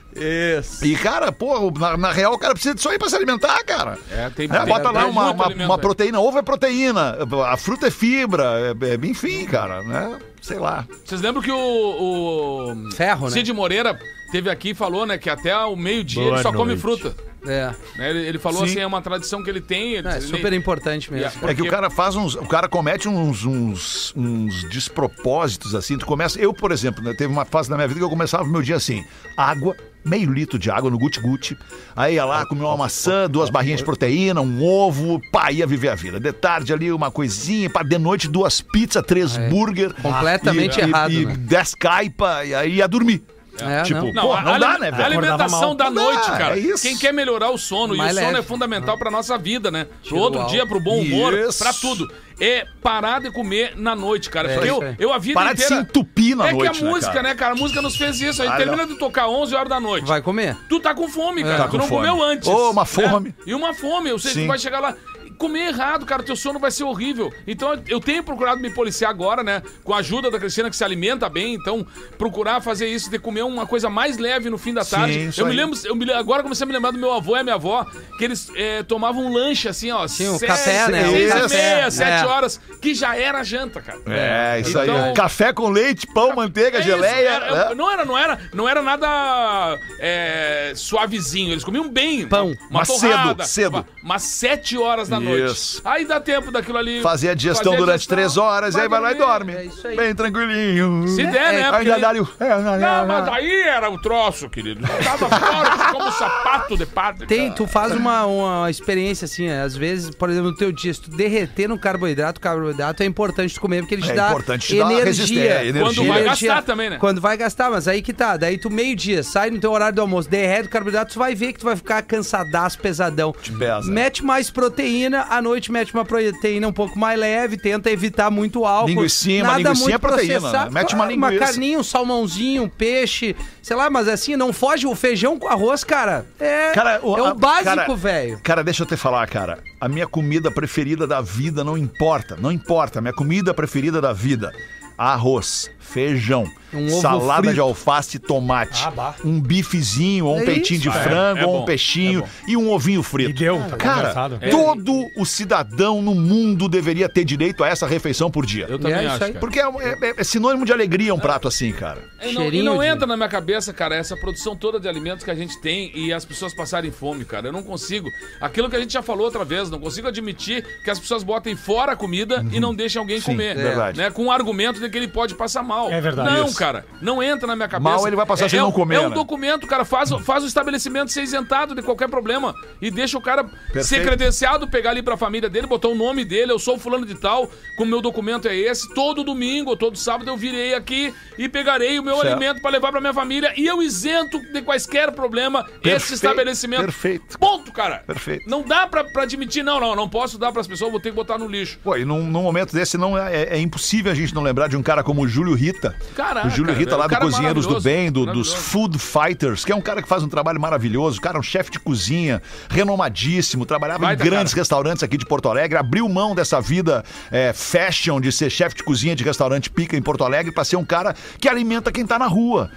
D: Isso. E, cara, pô, na, na real o cara precisa disso aí pra se alimentar, cara.
F: É, tem-
D: É, bota lá
F: tem
D: uma,
F: muito
D: uma,
F: alimento,
D: uma
F: é.
D: proteína, ovo é proteína, a fruta é fibra, é- é- enfim, cara, né? Sei lá.
F: Vocês lembram que o. o
C: Ferro, né?
F: Cid Moreira teve aqui e falou, né, que até o meio-dia
G: Boa
F: ele só come
G: noite.
F: fruta.
C: É.
F: né? Ele, ele falou
D: Sim.
F: assim, é uma tradição que ele tem. Ele,
C: Não, é
F: ele-
C: super importante mesmo.
F: Yeah.
D: É que o cara faz uns. O cara comete uns, uns, uns despropósitos assim. Tu começa. Eu, por exemplo, né, teve uma fase da minha vida que eu começava o meu dia assim: água, meio litro de água no guti-guti. Aí ia lá, comia uma maçã, duas barrinhas de proteína, um ovo, pá, ia viver a vida. De tarde ali, uma coisinha, pá, de noite, duas pizzas, três burger.
C: É, Completamente
D: e- e-
C: errado,
D: E,
C: né?
D: dez caipa, e aí ia dormir.
C: É,
D: tipo,
C: não.
F: Não,
D: pô,
F: a-
D: não
F: a-
D: dá, né,
F: A
D: velho?
F: alimentação da
D: Não dá,
F: noite, cara.
D: é isso.
F: Quem quer melhorar o sono,
C: Mais
F: e o
C: leve.
F: sono é fundamental pra nossa vida, né? Pro
C: o
F: outro
C: álcool.
F: dia, pro bom humor,
D: Isso.
F: pra tudo. É parar de comer na noite, cara.
C: É
F: Porque
C: isso
F: eu,
C: aí.
F: eu a vida
D: Parar de se
F: inteira...
D: entupir na
F: é
D: noite.
F: que a música, né, cara? A música nos fez isso. A gente
D: Ah,
F: termina de tocar 11 horas da noite.
C: Vai comer.
F: Tu tá com fome, cara.
D: Tá
F: tu
D: com
F: não
D: fome.
F: comeu antes. É.
D: Ô, uma fome.
F: E uma fome. Ou seja,
D: Sim.
F: tu vai chegar lá. e Comer errado, cara, teu sono vai ser horrível. Então eu tenho procurado me policiar agora, né? Com a ajuda da Cristina, que se alimenta bem. Então, procurar fazer isso, de comer uma coisa mais leve no fim da tarde.
D: isso
F: eu me
D: aí.
F: lembro, eu me lem- agora comecei a me lembrar do meu avô e a minha avó, que eles eh, tomavam um lanche assim, ó.
C: Sim, o
F: seis-
C: café, né?
F: Seis
D: O
F: e
D: café.
F: meia, sete
C: É.
F: horas, que já era janta, cara.
D: É, isso
F: Então-
D: aí. Café com leite, pão, manteiga,
F: É isso,
D: geleia.
F: era-
D: né?
F: Não era, não era, não era nada é, suavezinho. Eles comiam bem.
C: Pão.
F: Uma
D: Mas
F: torrada,
D: cedo,
F: uma-
D: cedo.
F: Umas sete horas da
D: Isso.
F: noite. Aí dá tempo daquilo ali.
D: Fazer a digestão
F: fazer um- a
D: durante
F: digestão,
D: três horas, aí vai lá e dorme.
C: é isso aí.
D: Bem tranquilinho.
F: Se der, né?
D: Aí
F: Porque-
D: dá ali o- é, é,
F: Não,
D: é,
F: mas aí era o troço, querido. Eu tava fora como sapato de padre.
C: Tem, tu faz uma, uma experiência assim, é, às vezes, por exemplo, no teu dia, se tu derreter no carboidrato, o carboidrato é importante tu comer, porque ele te
D: É
C: dá
D: importante te dar uma resistência,
C: energia.
D: é, energia.
F: Quando vai gastar também, né?
C: Quando vai gastar, mas aí que tá. Daí tu meio-dia, sai no teu horário do almoço, derrete o carboidrato, tu vai ver que tu vai ficar cansadaço, pesadão.
D: pesa.
C: Mete mais proteína, à noite mete uma proteína um pouco mais leve, tenta evitar muito álcool.
D: Linguicinha, uma linguicinha é proteína,
C: processado.
D: né? Mete uma linguiça.
C: Uma carninha, um salmãozinho, um peixe, sei lá, mas assim, não foge o feijão com arroz, cara. É,
D: Cara,
C: é
D: a-
C: o
D: cara-
C: básico, velho.
D: Cara, deixa eu te falar, cara. A minha comida preferida da vida não importa. Não importa. A minha comida preferida da vida. Arroz, feijão,
C: Um ovo
D: salada
C: frito.
D: de alface e tomate,
E: Ah, bah.
D: um bifezinho, ou um
C: É
D: peitinho de
F: isso.
D: frango,
F: É, é
D: ou um
F: bom, é
D: peixinho
F: bom.
D: e um ovinho frito.
E: E deu, tá
D: Cara,
C: É.
E: conversado.
D: todo o cidadão no mundo deveria ter direito a essa refeição por dia.
F: Eu também
C: É isso
F: acho,
C: aí.
F: cara.
D: Porque é, é- é sinônimo de alegria um prato assim, cara.
F: E não, e
C: Cheirinho
F: não
C: de-
F: entra na minha cabeça, cara, essa produção toda de alimentos que a gente tem e as pessoas passarem fome, cara. Eu não consigo. Aquilo que a gente já falou outra vez, não consigo admitir que as pessoas botem fora a comida e não deixem alguém comer.
D: Uhum. verdade.
F: Né? Com o argumento de que ele pode passar mal.
E: É verdade.
F: Não,
E: Isso.
F: cara. Não entra na minha cabeça.
D: Mal ele vai passar
F: é,
D: se
F: é
D: não
F: um-
D: comer,
F: É um
D: né?
F: documento, cara. Faz, o- faz o estabelecimento ser isentado de qualquer problema e deixa o cara ser
D: Perfeito.
F: credenciado, pegar ali pra família dele, botar o nome dele. Eu sou o fulano de tal, como meu documento é esse. Todo domingo, todo sábado eu virei aqui e pegarei o meu
D: Certo.
F: alimento pra levar pra minha família e eu isento de quaisquer problema esse
D: Perfeito,
F: estabelecimento.
D: perfeito.
F: Ponto, cara.
D: Perfeito.
F: Não dá pra, pra admitir, não, não, não posso dar pras pessoas, vou ter que botar no lixo.
D: é Pô, e num, num momento desse não é, é impossível a gente não lembrar de um cara como o Júlio Rita.
F: Caraca,
D: o Júlio Rita
F: velho,
D: lá
F: um
D: do
F: cara
D: Cozinheiros do
F: maravilhoso,
D: Bem, do- dos
F: maravilhoso.
D: Food Fighters, que é um cara que faz um trabalho maravilhoso. Cara, um chefe de cozinha, renomadíssimo, trabalhava
F: Baita,
D: em grandes
F: cara.
D: restaurantes aqui de Porto Alegre, abriu mão dessa vida é, fashion de ser chefe de cozinha de restaurante pica em Porto Alegre pra ser um cara que alimenta quem tá na rua.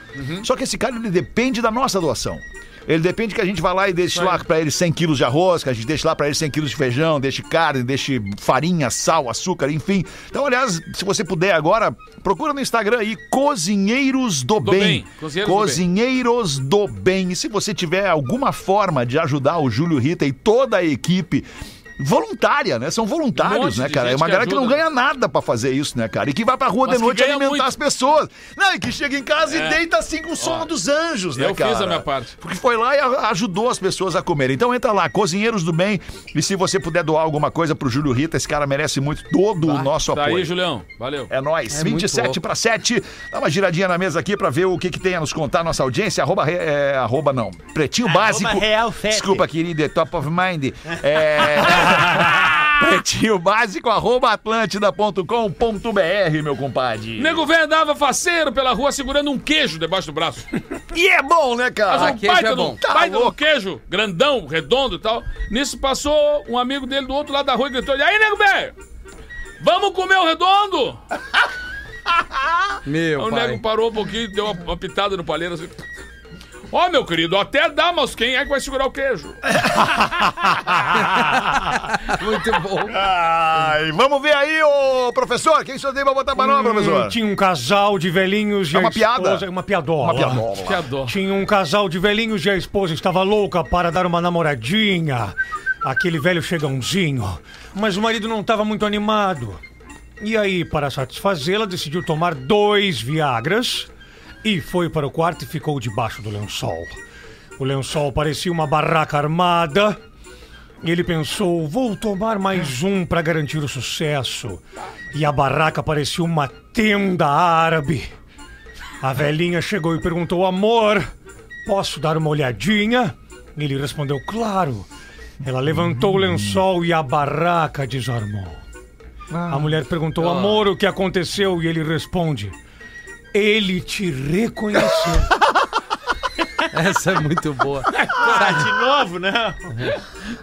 D: Só que esse cara, ele depende da nossa doação. Ele depende que a gente vá lá e deixe lá pra ele 100 quilos de arroz, que a gente deixe lá pra ele 100 quilos de feijão, deixe carne, deixe farinha, sal, açúcar, enfim. Então, aliás, se você puder agora, procura no Instagram aí, Cozinheiros do,
F: Do
D: Bem.
F: Bem, Cozinheiros do Bem.
D: Cozinheiros do Bem. E se você tiver alguma forma de ajudar o Júlio Rita e toda a equipe voluntária, né? São
F: Um
D: voluntários,
F: monte
D: né,
F: de
D: cara? É
F: gente
D: uma
F: que
D: galera que não
F: ajuda,
D: ganha nada pra fazer isso, né, cara? E que vai pra rua
F: Mas
D: de
F: que
D: noite
F: ganha
D: alimentar
F: muito.
D: as pessoas. Não, e que chega em casa
F: É.
D: e deita assim com o sono dos anjos, né,
F: eu fiz
D: cara?
F: a minha parte.
D: Porque foi lá e a- ajudou as pessoas a comerem. Então entra lá, Cozinheiros do Bem, e se você puder doar alguma coisa pro Júlio Rita, esse cara merece muito todo o nosso
F: Tá
D: apoio.
F: aí, Julião. Valeu.
D: É nóis,
C: É muito
D: 27
C: louco.
D: para 7. Dá uma giradinha na mesa aqui pra ver o que, que tem a nos contar a nossa audiência. Arroba, re- é, arroba não. Pretinho básico.
G: Real Fete.
D: Desculpa, querida, é top of mind. É. Pretinho básico, arroba atlântida.com.br, meu compadre.
F: Nego velho andava faceiro pela rua segurando um queijo debaixo do braço.
D: E é bom, né,
F: Mas
D: cara?
F: um
C: queijo
F: baita,
C: é
F: de um-
C: bom.
D: Tá
F: baita de um
D: louco.
F: queijo, grandão, redondo e tal. Nisso passou um amigo dele do outro lado da rua e gritou: E aí, nego velho? Vamos comer o redondo?
C: Meu
F: Aí o
C: pai.
F: nego parou um pouquinho, deu uma, uma pitada no palheiro assim. Ó, meu querido, até dá, mas quem é que vai segurar o queijo?
C: Muito bom.
D: Ai, vamos ver aí, ô professor. Quem só tem pra botar pra nós, professor?
E: Tinha um casal de velhinhos e
D: É
E: a
D: uma piada?
E: esposa- Uma piadola.
D: Uma piadola.
C: é
F: Que adoro.
E: Tinha um casal de velhinhos e a esposa estava louca para dar uma namoradinha. Aquele velho chegãozinho. Mas o marido não estava muito animado. E aí, para satisfazê-la, decidiu tomar dois Viagras e foi para o quarto e ficou debaixo do lençol. O lençol parecia uma barraca armada. E ele pensou: vou tomar mais um para garantir o sucesso. E a barraca parecia uma tenda árabe. A velhinha chegou e perguntou: Amor, posso dar uma olhadinha? Ele respondeu: Claro. Ela levantou o lençol e a barraca desarmou.
H: Ah.
E: A mulher perguntou: Amor, o que aconteceu? E ele responde: Ele te reconheceu.
C: Essa é muito boa.
G: Tá de novo, né?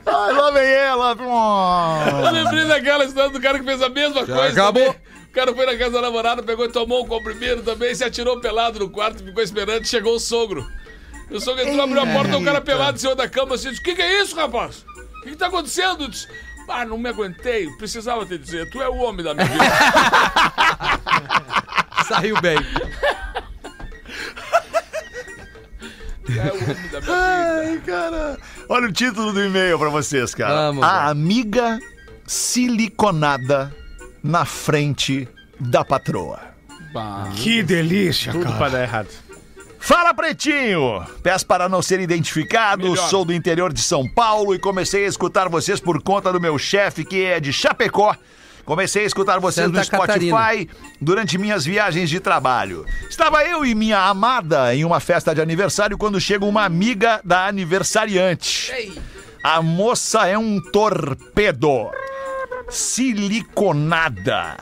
D: Ai, lá vem ela. Oh.
F: Eu lembrei daquela história do cara que fez a mesma coisa.
C: acabou.
F: também. O cara foi na casa da namorada, pegou e tomou um comprimido também, se atirou pelado no quarto, ficou esperando, chegou o sogro. E o sogro entrou, abriu a porta, o cara pelado em cima da cama, assim, disse, o que, que é isso, rapaz? O que, que tá acontecendo? Eu Disse, ah, não me aguentei, precisava te dizer, tu é o homem da minha vida.
C: Saiu bem.
F: Tu é o homem da minha vida.
D: Ai, cara. Olha o título do e-mail pra vocês, cara.
C: Vamos,
D: a
C: velho.
D: amiga siliconada na frente da patroa.
E: que delícia,
G: Tudo pra
E: cara.
G: dar errado.
D: Fala, Pretinho! Peço para não ser identificado,
F: Melhor.
D: sou do interior de São Paulo e comecei a escutar vocês por conta do meu chefe, que é de Chapecó. Comecei a escutar vocês
C: Santa
D: no Spotify
C: Catarina.
D: durante minhas viagens de trabalho. Estava eu e minha amada em uma festa de aniversário quando chega uma amiga da aniversariante. A moça é um torpedo. Siliconada.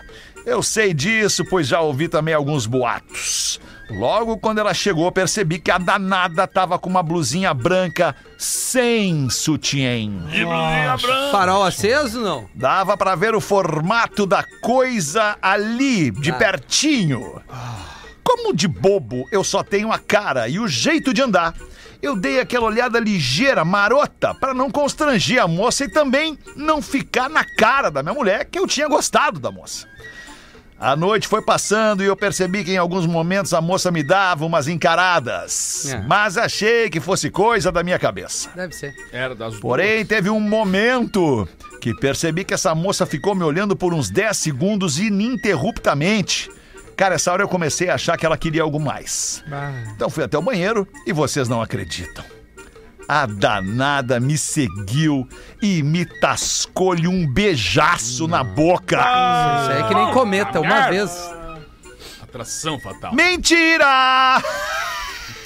D: Eu sei disso, pois já ouvi também alguns boatos. Logo quando ela chegou, percebi que a danada tava com uma blusinha branca sem sutiã.
C: Farol aceso, não?
D: Dava pra ver o formato da coisa ali, de pertinho. Como de bobo, eu só tenho a cara e o jeito de andar. Eu dei aquela olhada ligeira, marota, pra não constranger a moça e também não ficar na cara da minha mulher que eu tinha gostado da moça. A noite foi passando e eu percebi que em alguns momentos a moça me dava umas encaradas.
C: É.
D: Mas achei que fosse coisa da minha cabeça.
C: Deve ser.
F: Era das
D: Porém, teve um momento que percebi que essa moça ficou me olhando por uns 10 segundos ininterruptamente. Cara, essa hora eu comecei a achar que ela queria algo mais. Então fui até o banheiro e vocês não acreditam. A danada me seguiu e me tascou-lhe um beijaço na boca.
C: Isso aí é que nem cometa, uma vez.
F: atração fatal.
D: Mentira!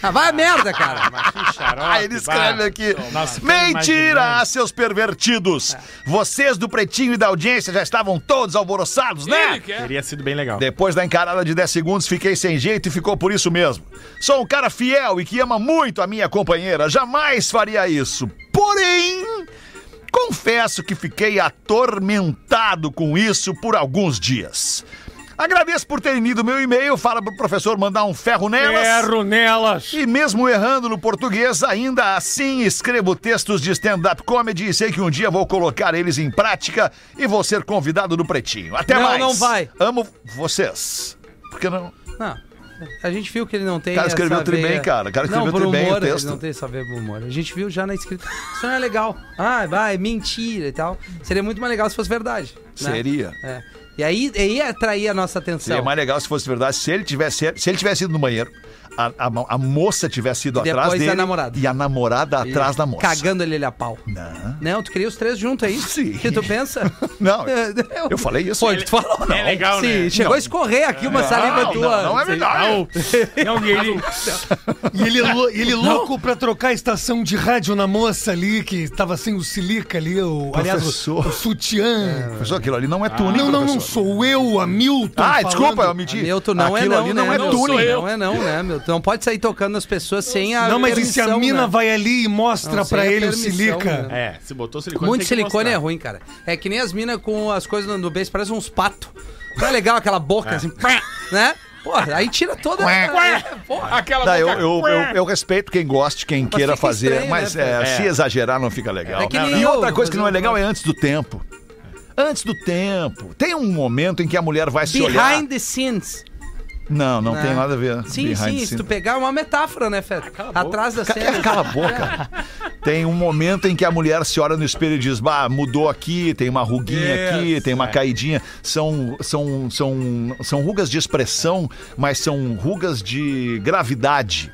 C: Ah, vai a merda, cara.
D: Ah, ele escreve aqui. Mentira, seus pervertidos! Vocês do Pretinho e da audiência já estavam todos alvoroçados, né?
F: Ele quer.
G: Teria sido bem legal.
D: Depois da encarada de 10 segundos, fiquei sem jeito e ficou por isso mesmo. Sou um cara fiel e que ama muito a minha companheira, jamais faria isso. Porém, confesso que fiquei atormentado com isso por alguns dias. Agradeço por terem lido meu e-mail, fala pro professor mandar um ferro
H: é
D: nelas.
E: Erro nelas.
D: E mesmo errando no português, ainda assim escrevo textos de stand-up comedy e sei que um dia vou colocar eles em prática e vou ser convidado do Pretinho. Até
C: Não,
D: mais.
C: não vai.
D: Amo vocês. Por que não?
C: Não, a gente viu que ele não tem.
D: O cara escreveu
C: essa
D: tri bem,
C: veia-
D: cara. O cara escreveu
C: não, pro
D: tri bem o
C: humor,
D: texto.
C: Ele não tem essa veia pro humor. A gente viu já na escrita. Isso não é legal. Ah, vai, mentira e tal. Seria muito mais legal se fosse verdade. né?
D: Seria.
C: É. E aí, aí ia atrair a nossa atenção.
D: Seria mais legal se fosse verdade se ele tivesse, se ele tivesse ido no banheiro, a, a- a moleira tivesse ido
C: E depois
D: atrás
C: da
D: dele
C: namorada.
D: e a namorada atrás da moça. Ah,
C: Cagando ele a pau.
D: Não.
C: Não, tu queria os três juntos, é isso?
D: Sim.
C: Que tu pensa?
D: Não, eu falei isso.
C: Foi, tu falou, não.
G: É legal,
C: Sim,
G: né?
C: chegou a escorrer aqui uma saliva
D: Não,
C: tua.
D: não, não é verdade.
E: Não, e ele-
H: E ele, lou- e ele louco pra trocar a estação de rádio na moça ali, que tava sem o silica ali, o, aliás, o,
D: Professor.
H: o sutiã.
D: Professor, aquilo ali não é
C: Ah,
D: túnel.
H: Não, não, não,
D: professor.
H: sou eu, Hamilton.
D: Ah,
H: falando.
D: desculpa, eu menti.
C: Milton não
D: Aquilo
C: é não,
D: ali
C: né?
D: não é
C: meu?
F: túnel.
C: Não,
F: Sou eu.
C: é não, né, meu? Tu não pode sair tocando nas pessoas sem a
H: Não, mas e se a
C: permissão,
H: mina
C: né?
H: vai ali e mostra
C: Não, sem
H: pra
C: a
H: ele
C: permissão,
H: o silica?
C: né?
G: É, se botou silicone.
C: Muito
G: tem que
C: silicone
G: mostrar.
C: é ruim, cara. É que nem as minas com as coisas no Nubes, parece uns patos. Não é legal aquela boca assim, pá, né? Porra, aí tira toda. Porra.
F: Aquela
D: Tá, eu,
F: boca-
D: eu, eu, eu respeito quem goste, quem queira
C: fica
D: fazer,
C: estranho,
D: mas
C: né,
D: é,
G: pô?
D: se exagerar não fica legal.
C: É que
D: Não,
C: nem
D: não. e
C: eu,
D: outra
C: vou
D: coisa que
C: fazer
D: não é
C: um
D: legal é
C: negócio.
D: antes do tempo. Antes do tempo. Tem um momento em que a mulher vai se olhar.
C: Behind the scenes.
D: Não, não
C: Né?
D: tem nada a ver.
C: Sim,
D: Behind the
C: sim, se
D: scenes.
C: tu pegar é uma metáfora, né, Feta? Atrás da
D: Ca- é,
C: cena.
D: Cala a boca. Tem um momento em que a mulher se olha no espelho e diz: Bah, mudou aqui, tem uma ruguinha aqui, tem uma
G: é.
D: caidinha. São, são, são, são rugas de expressão, mas são rugas de gravidade.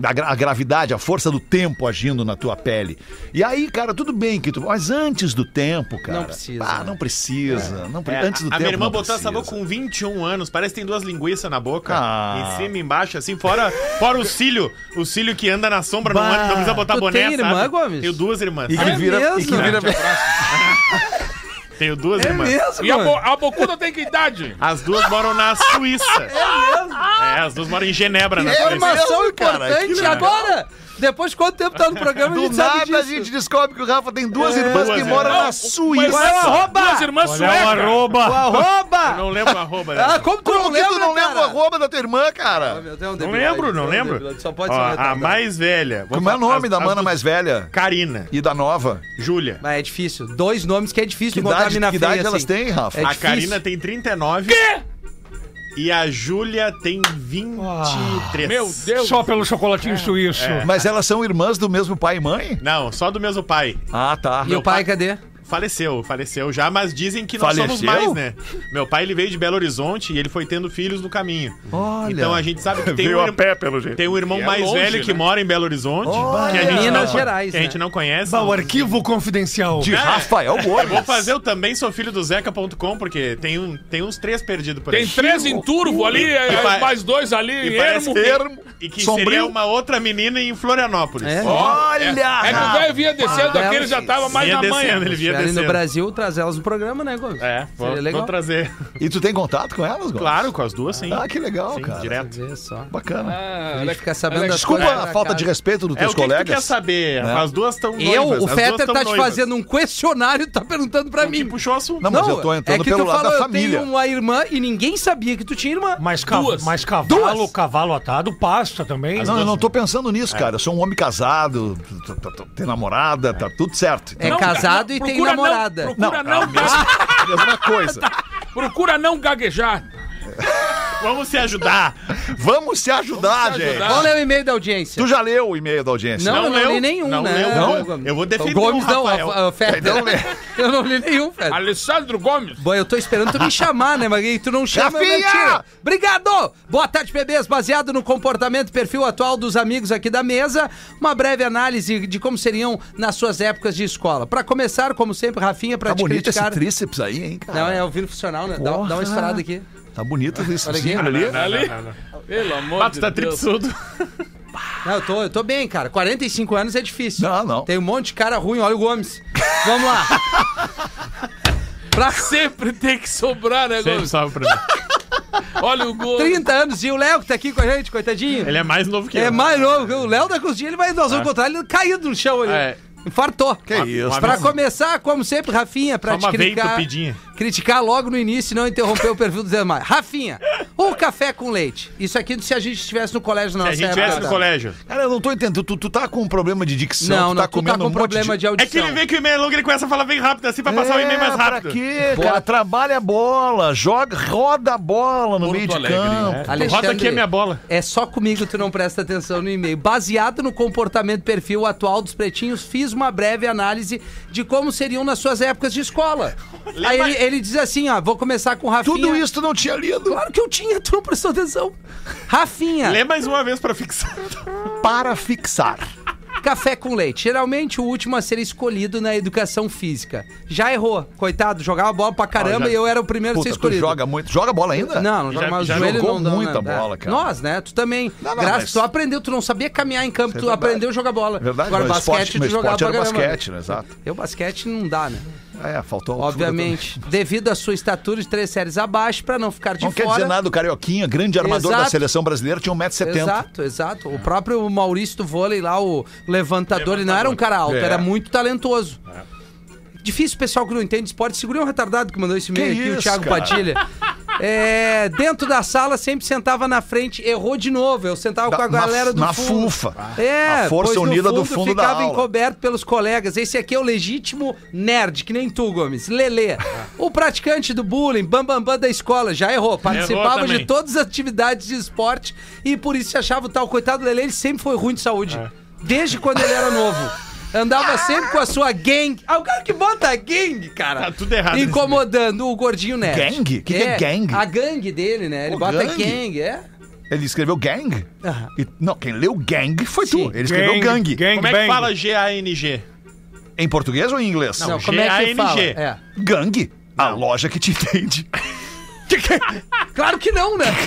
D: A, gra- a gravidade, a força do tempo agindo na tua pele. E aí, cara, tudo bem que tu. Mas antes do tempo, cara.
C: Não precisa,
D: Ah,
C: né?
D: não precisa. Não pre-
G: É,
D: Antes do
G: a
D: tempo.
G: minha irmã
D: não
G: botou essa
D: precisa.
G: boca com 21 anos, parece que tem duas linguiças na boca.
D: Ah.
G: Em cima e embaixo, assim, fora, fora o cílio. O cílio que anda na sombra, não,
H: Bah.
G: anda, não precisa botar
C: Tu
G: boné,
C: tem irmã,
G: sabe?
C: Gomes?
G: Tenho duas irmãs.
D: E que
C: É
D: vira. E que vira...
C: mesmo?
G: Tenho duas
C: É
G: irmãs.
C: mesmo,
F: E a,
C: mano.
F: bo- a bocuda tem que idade?
G: As duas moram na Suíça. É as duas moram em Genebra, na Suíça.
C: É Informação
D: mesmo, cara,
C: importante
D: que legal.
C: agora. Depois de quanto tempo tá no programa, a
D: Do
C: gente sabe
D: nada a
C: disso.
D: gente descobre que o Rafa tem duas
G: É,
D: irmãs que
G: Duas
D: moram
G: irmãs.
D: na Suíça.
C: Qual é o arroba?
F: Duas irmãs
E: Olha o
F: suecas.
E: arroba.
C: Arroba!
G: Não lembro a roupa
C: Ah, como tu
D: Como que
C: não lembra,
D: tu não lembra o
C: cara?
D: arroba da tua irmã, cara?
C: Meu Deus,
G: Não
C: debilidade,
G: lembro, não
C: Deus,
G: lembro.
C: debilidade. Só pode
G: Ó,
C: ser um
G: a
C: retardado.
G: mais velha.
D: Como
G: Vou
D: é o
G: falar-
D: nome
G: as-
D: da
G: as
D: mana
G: duas-
D: mais velha
G: Karina,
D: e da nova?
G: Júlia.
C: Mas é difícil. Dois nomes que é difícil
D: Que
C: encontrar
D: idade,
C: mina
D: que
C: feia
D: idade
C: assim.
D: elas têm, Rafa?
C: É
G: A
C: difícil.
G: Karina tem 39. Quê? E a Júlia tem 23.
F: Ah. Meu Deus. É.
E: Só pelo chocolatinho suíço.
D: Mas elas são irmãs do mesmo pai e mãe?
G: Não, só do mesmo pai.
D: Ah, tá.
C: E o pai, cadê?
G: Faleceu, faleceu já, mas dizem que não somos
D: Faleceu?
G: mais, né? Meu pai, ele veio de Belo Horizonte e ele foi tendo filhos no caminho.
D: Olha.
G: Então a gente sabe que tem
D: Veio
G: um,
D: a
G: ir-
D: pé, pelo jeito.
G: tem um irmão
F: E é
G: mais
F: longe,
G: velho que
F: né?
G: mora em Belo Horizonte. Que a gente
C: Minas
G: não,
C: Gerais,
G: que A gente
C: né?
G: não conhece.
H: Bah, o arquivo confidencial.
D: De Rafael Gomes.
G: É. Vou fazer o também sou filho do Zeca.com, porque tem, um, tem uns três perdidos por aí.
F: Tem três em turvo ali, é, é,
G: pa-
F: mais dois ali,
G: e
F: em
G: parece
F: ermo.
G: que-
D: Ermo,
G: E que seria
D: Sombrio.
G: uma outra menina em Florianópolis.
C: É.
D: Olha!
F: É que o velho vinha descendo
C: Ah,
F: aqui, ele já tava mais
G: Vinha
F: na manhã.
G: descendo, ele vinha
C: Estiverem
G: descendo.
C: no Brasil, trazer elas no programa, né, Gomes?
G: É, vou,
C: Seria
G: vou
C: legal.
G: trazer.
D: E tu tem contato com elas, Gomes?
G: Claro, com as duas sim.
D: Ah, que legal,
G: Sim,
D: cara.
G: direto.
C: Vê só.
D: Bacana.
F: Ah,
C: A
F: olha
C: gente
F: que-
C: fica sabendo
F: Alex,
C: as
D: Desculpa
C: coisas
D: a
C: da
D: falta
C: casa.
D: de respeito dos
G: É,
D: teus
G: o que, que tu
D: colegas.
G: quer saber?
D: Né?
G: As duas estão noivas.
C: Eu,
G: as
C: o
G: duas
C: Fetter
G: tão
C: tá te
G: noivas.
C: fazendo um questionário, tá perguntando pra
G: O que
C: mim.
G: puxou o assunto.
D: Não, mas eu tô entrando
C: é que
D: pelo
C: tu
D: lado
C: falou,
D: da família.
C: eu tenho uma irmã e ninguém sabia que tu tinha irmã.
E: Mas, ca-
F: Duas.
E: mas cavalo,
C: Duas.
E: cavalo atado, pasta também.
D: Não, eu não tô pensando nisso,
G: É.
D: cara. Eu sou um homem casado, t- t- t- tem namorada, tá tudo certo.
C: É
D: Então,
F: Não,
C: casado
F: cara,
C: e tem
F: procura não,
C: namorada.
F: Procura
G: é
F: não,
D: mesma
F: ga-
D: coisa.
F: procura não gaguejar.
G: Vamos se ajudar.
D: Vamos se ajudar,
F: Vamos se
D: gente.
F: ajudar.
C: Qual é o e-mail da audiência?
D: Tu já leu o e-mail da audiência?
C: Não, eu não
G: leu.
C: li nenhum,
G: Não
C: né?
G: leu.
C: Não,
G: Eu vou-
C: Gomes.
G: eu vou
D: um,
G: defender
C: o Gomes
G: o
C: não,
G: Rafael.
C: a- a- o Fetter.
D: Então lê.
C: Eu não li nenhum, Fetter.
F: Alessandro Gomes.
C: Bom, eu tô esperando tu me chamar, né, Magui? Tu não chama, eu
D: Rafinha!
C: mentira. Obrigado! Boa tarde, bebês. Baseado no comportamento e perfil atual dos amigos aqui da mesa, uma breve análise de como seriam nas suas épocas de escola. Pra começar, como sempre, Rafinha, pra
D: Tá
C: te
D: bonito
C: criticar...
D: esse tríceps aí, hein, cara?
C: Não, é o vírus funcional, né? Dá, dá uma
D: Porra.
C: estourada aqui.
D: Tá bonito esse
C: Olha aqui.
D: tríceps ali.
F: Ali. Pelo amor
G: Pato
F: de
G: tá
F: Deus.
G: tripsudo.
C: Não, eu tô, eu tô bem, cara. 45 anos é difícil.
D: Não, não.
C: Tem um monte de cara ruim, olha o Gomes. Vamos lá. pra
F: Sempre tem que sobrar, né,
G: Sempre
F: Gomes?
G: salve pra mim.
F: Olha o gol.
C: 30 anos, e o Léo que tá aqui com a gente, coitadinho.
G: Ele é mais novo que eu.
C: É mais novo. O Léo da Cozinha, ele vai, nós vamos encontrar ele caído no chão ali.
G: É.
C: Infartou. Que
G: isso.
C: Pra começar, como sempre, Rafinha, pra
G: Só uma
C: te
G: veia
C: criticar,
G: entupidinha.
C: criticar logo no início e não interromper o perfil dos demais. Rafinha, o café com leite. Isso aqui se a gente estivesse no colégio na nossa
G: Se a gente
C: época,
G: tivesse no
C: tá?
G: colégio.
D: Cara, eu não tô entendendo. Tu, tu tá com um problema de dicção,
C: Não,
D: tu
C: não,
D: tá
C: tu
D: comendo
C: tá com
D: um monte
C: problema de,
D: de...
G: É
C: audição.
G: que ele vem com o e-mail é longo, ele começa a falar bem rápido, assim, pra passar o e-mail mais rápido.
D: É, Pra quê, cara? Trabalha a bola, joga, roda a bola no
F: Porto
D: meio de
F: Alegre,
D: campo.
G: Roda aqui a minha bola.
C: É só comigo tu não presta atenção no e-mail. Baseado no comportamento e perfil atual dos pretinhos, fiz uma breve análise de como seriam nas suas épocas de escola. Aí ele, ele diz assim, ó, vou começar com o Rafinha.
D: Tudo isso tu não tinha lido.
C: é. Claro que eu tinha, tu não prestou atenção. Rafinha,
G: Lê mais uma vez pra fixar.
D: Para
C: Tá
D: fixar.
C: café com leite. Geralmente o último a ser escolhido na educação física. Já errou, coitado, jogava bola pra caramba
G: já-
C: e eu era o primeiro a ser
D: Puta, tu
C: escolhido.
D: joga muito. Joga bola ainda?
C: Não, não joga
G: Já-
C: mais
G: já
C: o joelho
D: jogou
C: não dá,
D: muita
C: né?
D: bola, cara.
C: Nós, né? Tu também.
D: Não, não,
C: graças
D: mas-
C: tu aprendeu, tu não sabia caminhar em campo, tu
D: verdade.
C: aprendeu a jogar bola.
D: Verdade,
C: Agora
D: meu
C: basquete
D: esporte, meu
C: tu jogava
D: esporte era
C: pra caramba.
D: basquete, né? Exato.
C: Eu basquete não dá, né?
D: É, faltou altura
C: Obviamente, devido à sua estatura de três séries abaixo, pra não ficar de
D: também. Não
C: fora.
D: quer dizer nada, o Carioquinha, grande armador
C: Exato.
D: da seleção brasileira, tinha 1,70m.
C: Exato, exato. O próprio Maurício do vôlei lá, o levantador, ele não era um cara alto,
D: É.
C: era muito talentoso. Difícil o pessoal que não entende esporte. Segurei um retardado que mandou esse e-mail
D: Que
C: aqui, o
D: isso,
C: Thiago
D: cara?
C: Padilha. É, dentro da sala, sempre sentava na frente, errou de novo. Eu sentava
D: Da-
C: com a
D: na-
C: galera do
D: na
C: fundo.
D: fufa.
C: É,
D: A força
C: pois no
D: unida do fundo da
C: ficava
D: aula.
C: encoberto pelos colegas. Esse aqui é o legítimo nerd, que nem tu, Gomes. Lelê.
G: Ah.
C: O praticante do bullying, bambambam bam, bam da escola, já errou. Participava de
G: também.
C: todas as atividades de esporte e por isso se achava o tal. Coitado do Lelê, ele sempre foi ruim de saúde.
G: É.
C: Desde quando ele era novo. Andava sempre com a sua gang. Ah, o cara que bota a gang, cara.
G: Tá tudo errado nesse
C: Incomodando o gordinho nerd.
D: Gang? Que que é gang?
C: A gangue dele, né? Ele
D: Pô,
C: bota
D: gangue?
C: gang, é?
D: Ele escreveu gang?
C: Aham.
D: E- não, quem leu gang foi
C: É. Sim.
D: tu. Ele escreveu gangue.
G: Como é que fala G-A-N-G?
D: Em português ou em inglês?
C: Não, como é que fala?
G: G-A-N-G.
C: É.
D: Gangue. A loja que te entende.
C: Claro que não, né?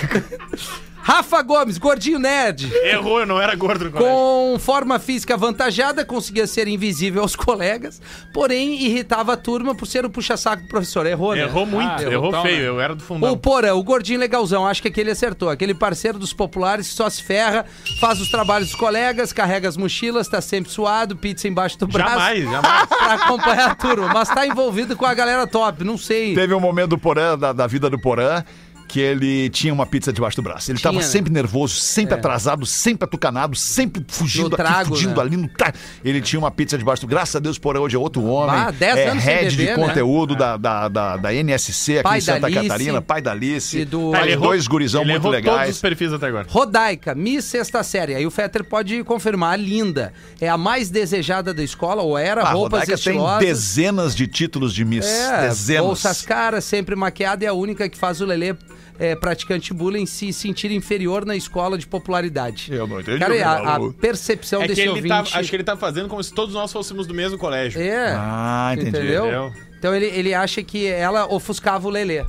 C: Rafa Gomes, gordinho nerd.
G: Errou, eu não era gordo no colégio.
C: Com forma física avantajada, conseguia ser invisível aos colegas, porém irritava a turma por ser o puxa-saco do professor. Errou, né?
G: Errou muito,
F: Ah,
G: errou
F: então,
G: feio,
F: né?
G: eu era do
C: O
G: fundão.
C: Porã, o gordinho legalzão, acho que aquele acertou. Aquele parceiro dos populares que só se ferra, faz os trabalhos dos colegas, carrega as mochilas, tá sempre suado, pizza embaixo do braço.
G: Jamais, jamais.
C: Pra acompanhar a turma, mas tá envolvido com a galera top, não sei.
D: Teve um momento do Porã, da, da vida do Porã, que ele tinha uma pizza debaixo do braço. Ele
C: Tinha,
D: estava
C: né?
D: sempre nervoso, sempre atrasado, sempre atucanado, sempre fugindo
C: No trago,
D: aqui, fugindo
C: né?
D: ali no tra... Ele tinha uma pizza debaixo do Graças a Deus, Porã hoje é outro homem.
C: Ah, dez
D: é
C: anos sem
D: head
C: beber,
D: de
C: né?
D: conteúdo da, da, da, da NSC aqui
C: Pai
D: em
C: da
D: Santa
C: Alice.
D: Catarina, pai da Alice.
C: E do-
D: Tá,
C: Ele
D: ele
G: errou-
D: dois gurizão
G: ele
D: muito
G: errou todos
D: legais.
G: os perfis até agora.
C: Rodaica, Miss Sexta Série. Aí o Fetter pode confirmar, linda. É a mais desejada da escola, ou era,
D: A
C: roupas
D: Ah, Rodaica tem
C: estilosas.
D: dezenas de títulos de Miss.
C: É,
D: dezenas.
C: bolsas caras, sempre maquiada, é a única que faz o Lelê, é, praticante bullying, se sentir inferior na escola de popularidade.
D: Eu não entendi
C: Cara,
D: o
C: e
D: que
C: a,
D: falou.
C: a percepção
G: É que
C: desse
G: ele tá,
C: ouvinte...
G: acho que ele tá fazendo como se todos nós fôssemos do mesmo colégio.
C: É,
D: Ah, entendi.
C: entendeu?
G: entendeu?
C: Então ele, ele acha que ela ofuscava o Lelê.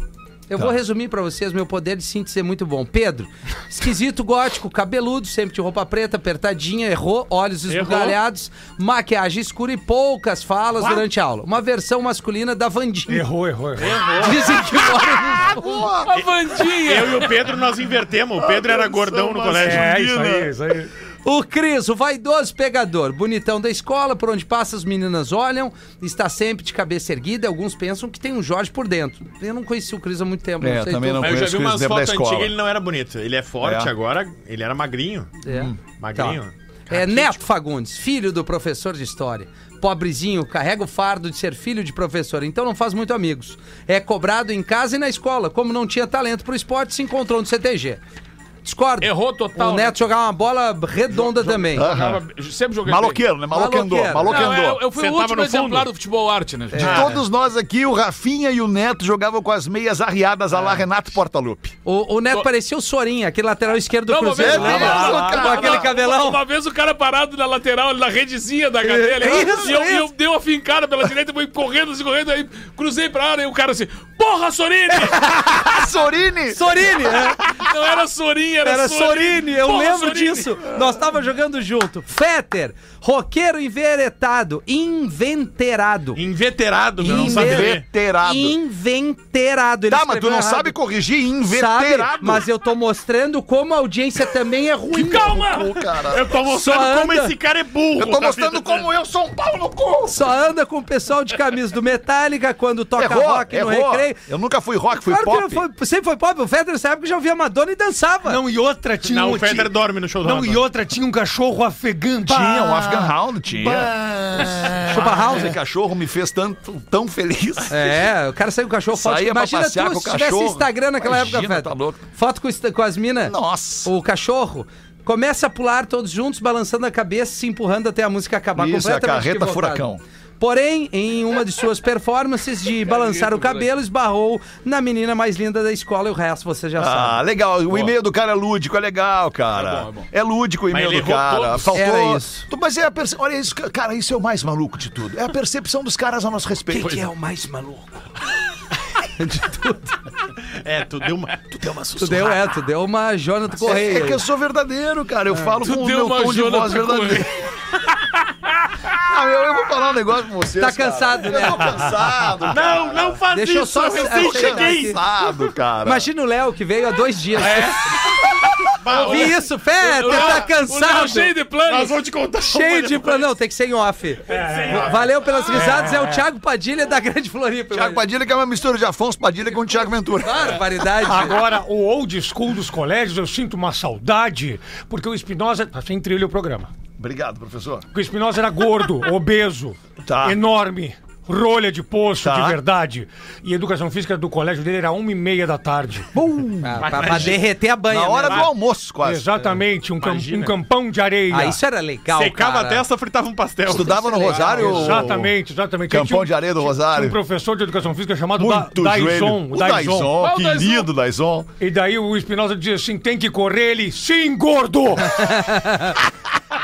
C: Eu
D: Tá.
C: vou resumir pra vocês, meu poder de síntese é muito bom. Pedro, esquisito, gótico, cabeludo, sempre de roupa preta, apertadinha, errou, olhos esbugalhados, maquiagem escura e poucas falas durante a aula. Uma versão masculina da Vandinha.
E: Errou, errou, errou.
C: Dizem que mora no fundo.
F: A Vandinha.
G: Eu e o Pedro, nós invertemos. O Pedro era gordão no colégio.
E: É, isso aí, isso aí.
C: O Cris, o vaidoso pegador, bonitão da escola, por onde passa as meninas olham, está sempre de cabeça erguida. Alguns pensam que tem um Jorge por dentro. Eu não conheci o Cris há muito tempo,
D: É,
C: não sei
D: também
C: tu.
D: não.
G: Mas eu já vi
D: Conheço
G: umas
D: desde a
G: fotos
D: escola.
G: antigas, ele não era bonito. Ele é forte
D: É. Tá.
G: agora, ele era magrinho.
C: É.
F: Hum,
G: Magrinho.
C: É Neto Fagundes, filho do professor de história. Pobrezinho, carrega o fardo de ser filho de professor, então não faz muito amigos. É cobrado em casa e na escola. Como não tinha talento pro esporte, se encontrou no CTG. Discordo.
F: Errou total, né?
C: O Neto jogava uma bola redonda também.
F: Jogava- Sempre joguei bem.
D: Maloqueiro, né? Maloquendor.
C: Maloqueiro.
F: Não,
D: Maloquendor.
F: é, eu, eu fui o
G: Sentava
F: último
G: no fundo.
F: exemplar do futebol arte, né, gente?
C: Ah.
D: De todos nós aqui, o Rafinha e o Neto jogavam com as meias arriadas a
C: É.
D: lá Renato Portaluppi.
C: O, o Neto parecia o Sorinha, aquele lateral esquerdo do
F: Não,
C: Cruzeiro.
F: mas é
C: Lembra?
D: mesmo,
C: Com
D: cara.
C: aquele cabelão.
F: Uma vez o cara parado na lateral, na redezinha da cadeia.
C: É,
F: ali,
C: isso,
F: e eu,
C: isso.
F: e eu dei uma fincada pela direita, fui correndo, assim, correndo, aí cruzei pra área e o cara assim, Porra, Sorini!
D: Ah, Sorini!
C: Sorini! é.
F: Não era Sorin, era,
C: Era Sorini, eu
F: É Porra,
C: lembro
F: Sorini.
C: disso. Nós tava jogando junto. Fetter, roqueiro inveretado, inventerado.
G: Inveterado, meu, não
C: Inve-
G: sabe ler.
D: Inveterado.
C: Inventerado. Ele
D: Tá, mas tu
C: escreveu
D: não
C: errado.
D: sabe corrigir
C: Sabe,
D: inveterado.
C: mas eu tô mostrando como a audiência também é ruim.
F: Calma! É
D: Pô, cara.
G: Eu tô mostrando
C: Só
G: como
C: anda.
G: esse cara é burro.
D: Eu tô
G: na
D: mostrando
G: vida
D: como eu sou um pau no cu.
C: Só anda com o pessoal de camisa do Metallica quando toca
D: Errou,
C: rock no
D: errou.
C: recreio.
D: Eu nunca fui rock, fui
C: claro
D: pop.
C: que não foi, sempre foi pop. O Fetter nessa época já ouvia Madonna e dançava.
H: Não, e outra tinha
G: Não,
H: um.
G: o Feder
H: tinha-
G: dorme no show do
H: Não,
G: Rafa.
H: e outra tinha um cachorro afegão.
D: Tinha, um Afghan Hound, tinha.
H: Hound.
C: Chupa House.
D: Esse cachorro me fez tanto, tão feliz.
C: É, o cara saiu com o cachorro foto.
D: Saía pra
C: Imagina
D: passear
C: tu
D: com o
C: se tivesse
D: cachorro.
C: Instagram naquela
D: Imagina,
C: época, Fetter.
D: tá louco.
C: Foto com, os- com as minas.
D: Nossa.
C: O cachorro. Começa a pular todos juntos, balançando a cabeça, se empurrando até a música acabar
D: Isso, é
C: completamente
D: a carreta
C: equivocado.
D: furacão.
C: Porém, em uma de suas performances de balançar o cabelo, esbarrou na menina mais linda da escola e o resto você já
D: Ah,
C: sabe.
D: legal. O e-mail do cara é lúdico, é legal, cara.
F: É
D: É,
F: bom, é bom.
D: lúdico o
G: Mas
D: e-mail
G: ele
D: do
G: errou
D: cara.
G: todos.
D: Faltou.
C: Era isso.
D: Tu- Mas é a perce... Olha isso, ca- cara, isso é o mais maluco de tudo. É a percepção dos caras a nosso respeito.
C: Quem que é o mais maluco?
G: É, tu deu uma. Tu deu uma
C: Tu deu, é, tu deu uma Jonathan
D: É,
C: Correia.
D: é que eu sou verdadeiro, cara. Eu falo
F: Tu
D: com o
F: deu
D: meu
F: uma
D: tom de
F: Jonathan
D: voz verdadeiro. Ah, meu, eu vou falar um negócio pra vocês.
C: Tá
D: cara.
C: cansado, né?
D: Eu tô cansado. cara.
G: Não, não faz
C: Deixa
G: isso.
C: eu só
G: eu
C: aceitar
G: sei, é. cheguei.
C: aqui.
D: Cansado, cara.
C: Imagina o Léo que veio há dois dias.
D: É.
G: Bah,
C: Vi isso, Fetter, tá cansado.
F: Cheio Ah, de planos.
G: Nós vamos te contar.
C: Cheio de plano. Não, tem que ser em off.
F: É,
C: Valeu pelas risadas. É o Thiago Padilha da Grande Floripa.
D: Tiago Padilha que é uma mistura de Afonso Padilha com o Tiago Ventura.
C: Tá. Barbaridade.
E: Agora, o old school dos colégios, eu sinto uma saudade, porque o Espinosa. Achei trilha o programa.
D: Obrigado, professor.
E: Porque o Espinosa era gordo, obeso,
D: Tá.
E: enorme. Rolha de poço,
D: Tá.
E: de verdade. E a educação física do colégio dele era uma e meia da tarde.
C: Ah, pra, pra derreter a banha.
D: Na hora
C: né?
D: do almoço, quase.
E: Exatamente, um, cam-
G: Imagina.
E: um campão de areia.
C: Ah,
D: é
C: isso era legal,
G: Secava a
C: cara.
G: testa, fritava um pastel.
D: Estudava no Rosário.
E: Exatamente, exatamente.
D: Campão
E: Tinha um-
D: de areia do
E: tinha-
D: Rosário.
E: Tinha um professor de educação física chamado da,
D: Muito
E: Daison.
D: joelho.
E: o Daison.
F: Qual o Daison?
D: querido Daison.
E: E daí o Espinosa dizia assim: tem que correr ele, sim, gordo!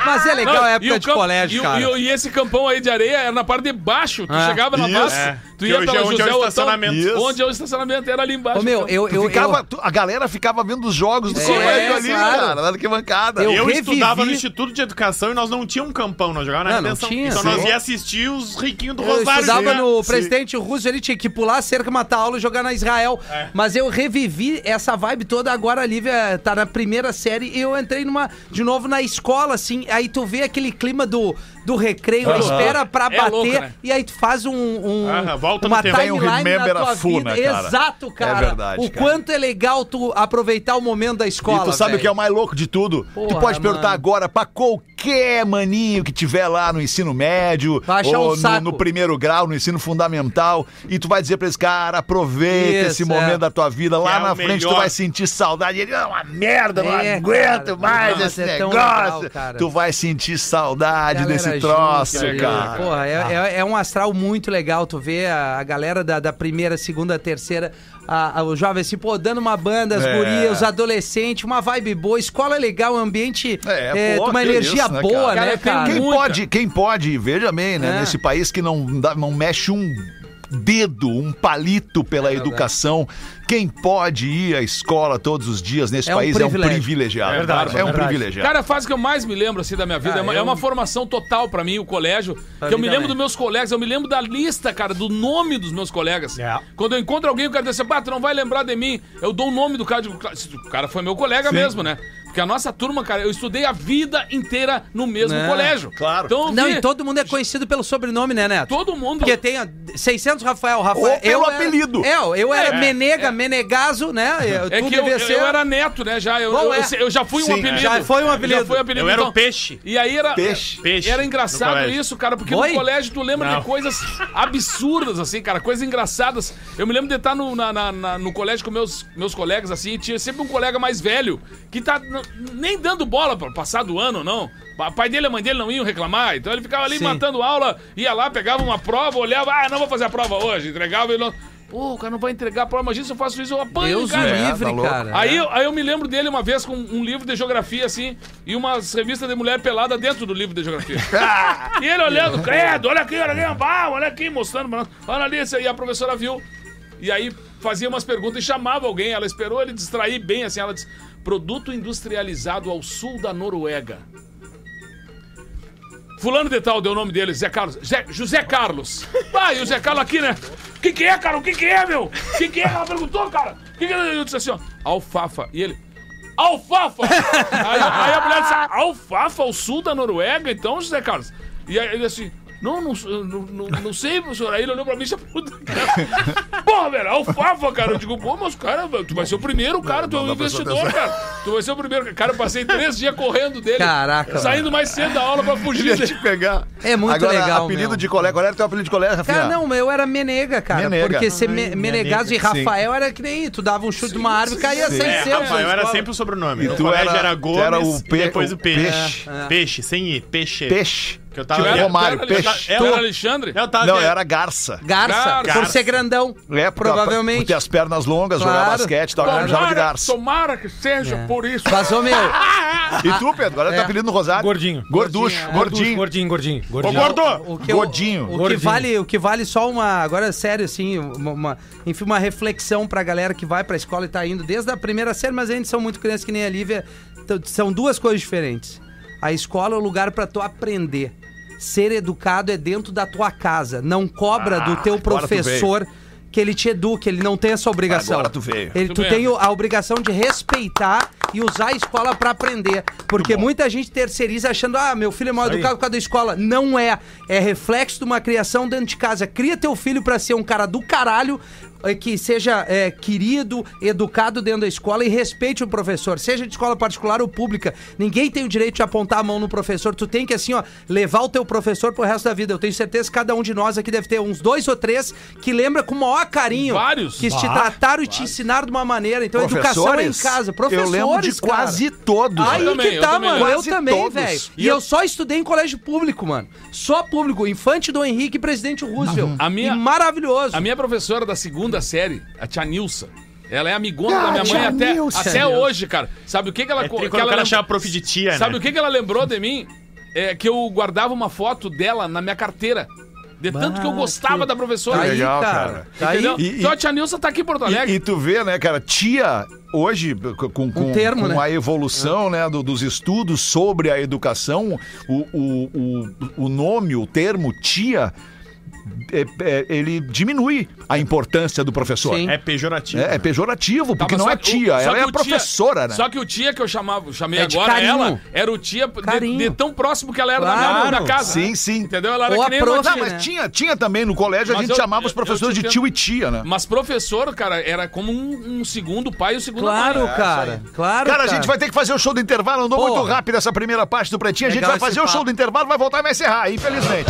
C: Mas é legal a
F: E o
C: época de
F: campo- e
C: colégio,
F: o-
C: cara.
F: E, o- e esse campão aí de areia era na parte de baixo. Tu
C: Ah.
F: chegava na
D: Isso.
F: base,
G: É.
F: tu
G: Que
F: ia
G: hoje
F: pela
C: um
G: é onde é o
F: José Otão,
G: estacionamento.
D: Isso.
F: Onde é o estacionamento, era ali embaixo. então.
C: Ô, meu, eu...
D: Tu
C: eu,
D: ficava,
C: eu...
D: tu- a galera ficava vendo os jogos do
C: É,
D: colégio
C: é,
D: ali,
C: claro.
D: cara, na arquibancada.
C: Eu
G: Eu
C: revivi-
G: estudava no Instituto de Educação e nós não tínhamos um campão, nós jogávamos
C: Não,
G: na
C: não
G: retenção.
C: tinha,
G: Então
C: sim.
G: nós ia assistir os riquinhos do
C: Eu
G: Rosário.
C: estudava
G: né?
C: no presidente russo, ele tinha que pular a cerca, matar a aula e jogar na Israel. Mas eu revivi essa vibe toda. Agora a Lívia tá na primeira série e eu entrei numa de novo na escola, assim. Aí tu vê aquele clima do, do recreio, a espera pra
F: É
C: bater.
F: louco, né?
C: E aí tu faz um. um
G: Aham, volta no
C: uma
G: tempo.
C: timeline
D: Vai um remember
C: na tua
D: a full,
C: vida.
D: né, cara?
C: Exato,
D: É
C: cara.
D: verdade,
C: o
D: cara.
C: quanto é legal tu aproveitar o momento da escola.
D: e tu sabe o
C: velho.
D: que é o mais louco de tudo? tu
C: Porra,
D: pode perguntar
C: mano.
D: agora pra qualquer maninho que tiver lá no ensino médio
C: Vai achar um
D: ou no,
C: saco.
D: no primeiro grau, no ensino fundamental, e tu vai dizer pra esse cara, aproveita
C: Isso,
D: esse
C: é.
D: momento da tua vida, lá
G: é o
D: na frente tu
G: melhor.
D: vai sentir saudade, ele é uma merda, não
C: É,
D: aguento
C: cara,
D: mais
C: mas
D: esse
C: é tão
D: negócio.
C: legal, cara.
D: tu vai sentir saudade
C: Galera
D: É desse
C: junto,
D: troço,
C: ali,
D: cara. Ah.
C: Porra, é, é- é um astral muito legal. Tu vê a, a galera da, da primeira, segunda, terceira, a, a- o jovem assim, pô, dando uma banda, as
D: É.
C: gurias, os adolescentes, uma vibe boa, escola é legal, ambiente
D: É,
C: é,
D: pô,
C: de uma
D: que
C: energia
D: isso, né,
C: boa,
D: cara?
C: né,
F: Cara, tem
C: cara?
D: Quem
F: muita.
D: pode, quem pode, veja bem, né?
C: É.
D: Nesse país que não, dá- não mexe um dedo, um palito
C: É
D: pela educação. Quem pode ir à escola todos os dias nesse
C: É um
D: país é um
C: privilégio.
D: privilegiado.
E: É verdade,
D: é um
E: é verdade.
D: privilegiado.
F: Cara, a fase que eu mais me lembro assim da minha vida
C: Ah,
F: é, uma, é
C: eu-
F: uma formação total pra mim, o colégio. que eu
C: mim
F: me lembro
C: também.
F: dos meus colegas, eu me lembro da lista, cara, do nome dos meus colegas.
E: É.
F: Quando eu encontro alguém, o cara diz assim: "Bah, tu não vai lembrar de mim". Eu dou o nome do cara, digo, "Claro, esse- o cara foi meu colega mesmo, né? Porque a nossa turma, cara, eu estudei a vida inteira no mesmo
C: Né?
F: colégio.
D: Claro.
F: Então, eu
C: Não,
F: vi
C: e todo mundo é conhecido pelo sobrenome, né, Neto?
F: todo mundo
C: Porque tem ó, 600 Rafael, Rafael.
D: Ou pelo
C: eu era-
D: apelido.
C: é, eu era Menega, Menegaso, né? Eu,
F: É
C: tu
F: que eu,
C: devia
F: eu-
C: ser-
F: eu era neto, né? Já, eu,
C: Bom,
F: eu-
C: é.
F: eu- eu já fui um
D: Sim,
F: apelido.
C: já foi um apelido.
F: Já foi um apelido.
G: Eu era
F: então-
G: o peixe.
F: E aí era.
D: Peixe.
G: Peixe
F: Era
G: no
F: engraçado
G: colégio.
F: isso, cara, porque
C: Boi?
F: no colégio tu lembra
G: Não.
F: de coisas absurdas, assim, cara, coisas engraçadas. Eu me lembro de estar no, na- na- na- no colégio com meus, meus colegas, assim, e tinha sempre um colega mais velho que tá n- nem dando bola pra passar do ano, não. Pa- Pai dele e a mãe dele não iam reclamar, então ele ficava ali
C: Sim.
F: matando aula, ia lá, pegava uma prova, olhava, ah, não vou fazer a prova hoje, entregava e não. Pô, o cara não vai entregar a prova, imagina se eu faço isso, eu apanho,
C: Deus
F: cara.
C: o livre,
D: tá louco.
C: cara.
F: Aí, eu- aí eu me lembro dele uma vez com um livro de geografia, assim, e umas revistas de mulher pelada dentro do livro de geografia. e ele olhando, credo, olha aqui, olha aqui, ah, olha aqui, mostrando, olha ali, e a professora viu. E aí fazia umas perguntas e chamava alguém. Ela esperou ele distrair bem, assim. Ela disse: produto industrializado ao sul da Noruega. Fulano de tal deu o nome dele, Zé Carlos. Zé- José Carlos. Ah, e o Zé Carlos aqui, né? O que, que é, cara? O que, que é, meu? O que, que é? Ela perguntou, cara. O que, que é? Eu disse assim, ó. Alfafa. E ele. Alfafa! aí, aí a mulher disse: Alfafa, ao sul da Noruega, então, José Carlos? E aí ele assim. Não, não, não, não, não sei, professor. Aí ele olhou pra mim e chamou puta, cara. Porra, velho, alfafa, cara. Eu digo, pô, mas cara, velho, tu vai ser o primeiro, cara. Tu é um investidor, cara. Tu vai ser o primeiro. Cara, eu passei três dias correndo dele.
C: Caraca, velho.
F: Saindo mais cedo da aula pra fugir
D: Queria
F: dele.
D: te pegar.
C: É muito
D: Agora,
C: legal,
D: apelido
C: meu.
D: de colega. Qual era o teu apelido de colega, Rafinha?
C: Cara, não, eu era menega, cara.
D: Menega.
C: Porque ser me, Menegaso e
G: menega,
C: Rafael era que nem tu dava um chute de uma árvore e caía sem
G: É,
C: ser.
G: Rafael era sempre o sobrenome.
D: E
G: no
D: tu
G: colégio
D: era-
G: era,
D: tu
G: Gomes
D: era o
G: e
D: pe-
G: depois
D: o
G: o peixe.
D: peixe.
G: Peixe. sem I, peixe.
D: Peixe.
G: Que eu tava-
D: Tipo
G: eu-
D: Romário,
F: eu era-
D: peixe.
F: Eu era é Alexandre?
G: Eu tava
D: Não,
G: vendo-
D: era garça.
C: Garça,
F: Garça.
C: por ser grandão.
D: É, porque-
C: provavelmente.
D: Porque as pernas longas, jogar
C: Claro.
D: basquete, tal, claro. de
F: Tomara,
D: garça.
F: tomara que seja
C: É.
F: por isso.
C: Mas, ô meu,
D: E tu, Pedro? Agora é. teu
C: É.
D: apelido no Rosário?
E: Gordinho.
D: Gorducho, gordinho.
E: Gordinho, gordinho,
G: Ô,
E: gordinho.
G: gordo!
C: o que eu-
D: Gordinho.
C: O que,
E: Gordinho.
C: vale, o que vale só uma. Agora, sério, assim, uma, uma- enfim, uma reflexão pra galera que vai pra escola e tá indo desde a primeira série, mas ainda são muito crianças que nem a Lívia. Então, São duas coisas diferentes. A escola é o lugar pra tu aprender. Ser educado é dentro da tua casa. Não cobra do teu
D: Ah, agora tu veio.
C: professor que ele te eduque, ele não tem essa obrigação.
D: Agora tu veio.
C: Ele,
F: Tu
C: tu
F: veio.
C: tem o- a obrigação de respeitar e usar a escola pra aprender. Porque muita gente terceiriza achando, ah, meu filho é mal educado por causa da escola. Não é. É reflexo de uma criação dentro de casa. Cria teu filho pra ser um cara do caralho. eh, Que seja eh, querido, educado dentro da escola e respeite o professor, seja de escola particular ou pública. Ninguém tem o direito de apontar a mão no professor. Tu tem que, assim, ó, levar o teu professor pro resto da vida. Eu tenho certeza que cada um de nós aqui deve ter uns dois ou três que lembra com o maior carinho.
F: Vários.
C: Que te trataram e te ensinaram de uma maneira. Então, educação é em casa. Professores,
D: Ah, Eu lembro de
C: cara.
D: quase todos.
C: Aí
F: Eu também,
C: que
F: eu
C: tá,
F: também.
C: mano.
D: Quase
C: eu também,
D: todos.
C: velho.
F: E
C: E
F: eu-
C: eu... só estudei em colégio público, mano. Só público. Infante Dom Henrique e Presidente Roosevelt.
F: A minha-
C: E maravilhoso.
F: A minha professora da segunda série, a tia Nilsa, ela é amigona
B: Ah,
F: da minha mãe
B: tia
F: até,
B: Nilsa.
F: até hoje, cara. Sabe o que, que ela...
G: É
F: co-
G: tri
F: que
G: quando o
F: ela lembra-
G: cara achava prof de tia,
F: Sabe
G: né?
F: o que, que ela lembrou de mim? É que eu guardava uma foto dela na minha carteira. De tanto que eu gostava da professora.
C: Aí,
D: legal, cara.
C: cara. Tá aí.
F: Entendeu?
D: E-
F: então a tia Nilsa tá aqui em Porto
D: E,
F: Alegre.
D: e tu vê, né, cara, tia hoje com, com,
C: Um termo,
D: com
C: né?
D: a evolução né, do- dos estudos sobre a educação, o, o, o, o nome, o termo tia, é- é- ele diminui a importância do professor.
C: Sim.
G: É pejorativo.
D: É, é pejorativo,
F: Tá,
D: porque
F: mas
D: não
F: só
D: é
F: que o-
D: tia,
F: só
D: ela
F: que
D: é
F: o
D: a professora, né?
F: Só que o tia que eu chamava, chamei
C: É de
F: agora,
C: carinho.
F: ela, era o tia de- de,
C: Carinho.
F: tão próximo que ela era da, minha,
C: Claro.
F: da casa. né?
D: Sim, sim.
F: Entendeu? Ela era
C: Ou
F: que
C: a
F: nem uma
C: prof,
F: tia,
D: Não, mas
C: né?
D: tinha, tinha também no colégio, a
F: Então, Mas
D: gente
F: eu-
D: chamava os
F: eu- eu
D: professores
F: te
D: de tio e tia, né?
F: Mas professor, cara, era como um, um segundo pai e o segundo
C: Claro,
F: mãe.
C: cara. Claro,
D: Cara, a gente vai ter que fazer o show do intervalo. Andou
C: Porra.
D: muito rápido essa primeira parte do Pretinho.
G: É
D: A gente
C: Legal
D: vai fazer
C: esse
D: o show
C: papo.
D: do intervalo, vai voltar e vai encerrar, infelizmente.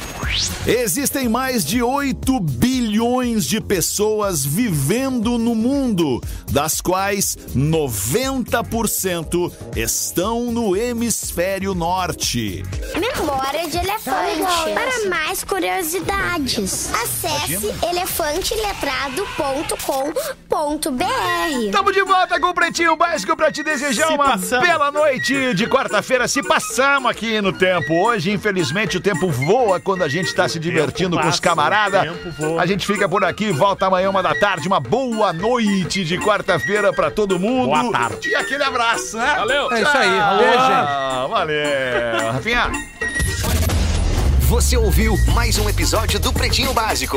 J: Existem mais de 8 bilhões de pessoas vivendo no mundo, das quais 90% estão no hemisfério norte.
I: Memória de elefante. Para mais curiosidades, acesse elefanteletrado.com.br.
D: Estamos de volta com o Pretinho Básico pra te desejar
G: Se
D: uma
G: passamos.
D: bela noite de quarta-feira. Se passamos aqui no tempo. Hoje, infelizmente, o tempo voa quando a gente tá se divertindo com os
G: passa, o
D: camarada.
G: tempo voa.
D: A gente fica por aqui, volta amanhã, uma da tarde. Uma boa noite de quarta-feira pra todo mundo.
G: Boa tarde.
D: E aquele abraço, né?
F: Valeu.
C: É isso aí. Beijo, gente.
D: Ah, valeu. Rafinha.
K: Você ouviu mais um episódio do Pretinho Básico.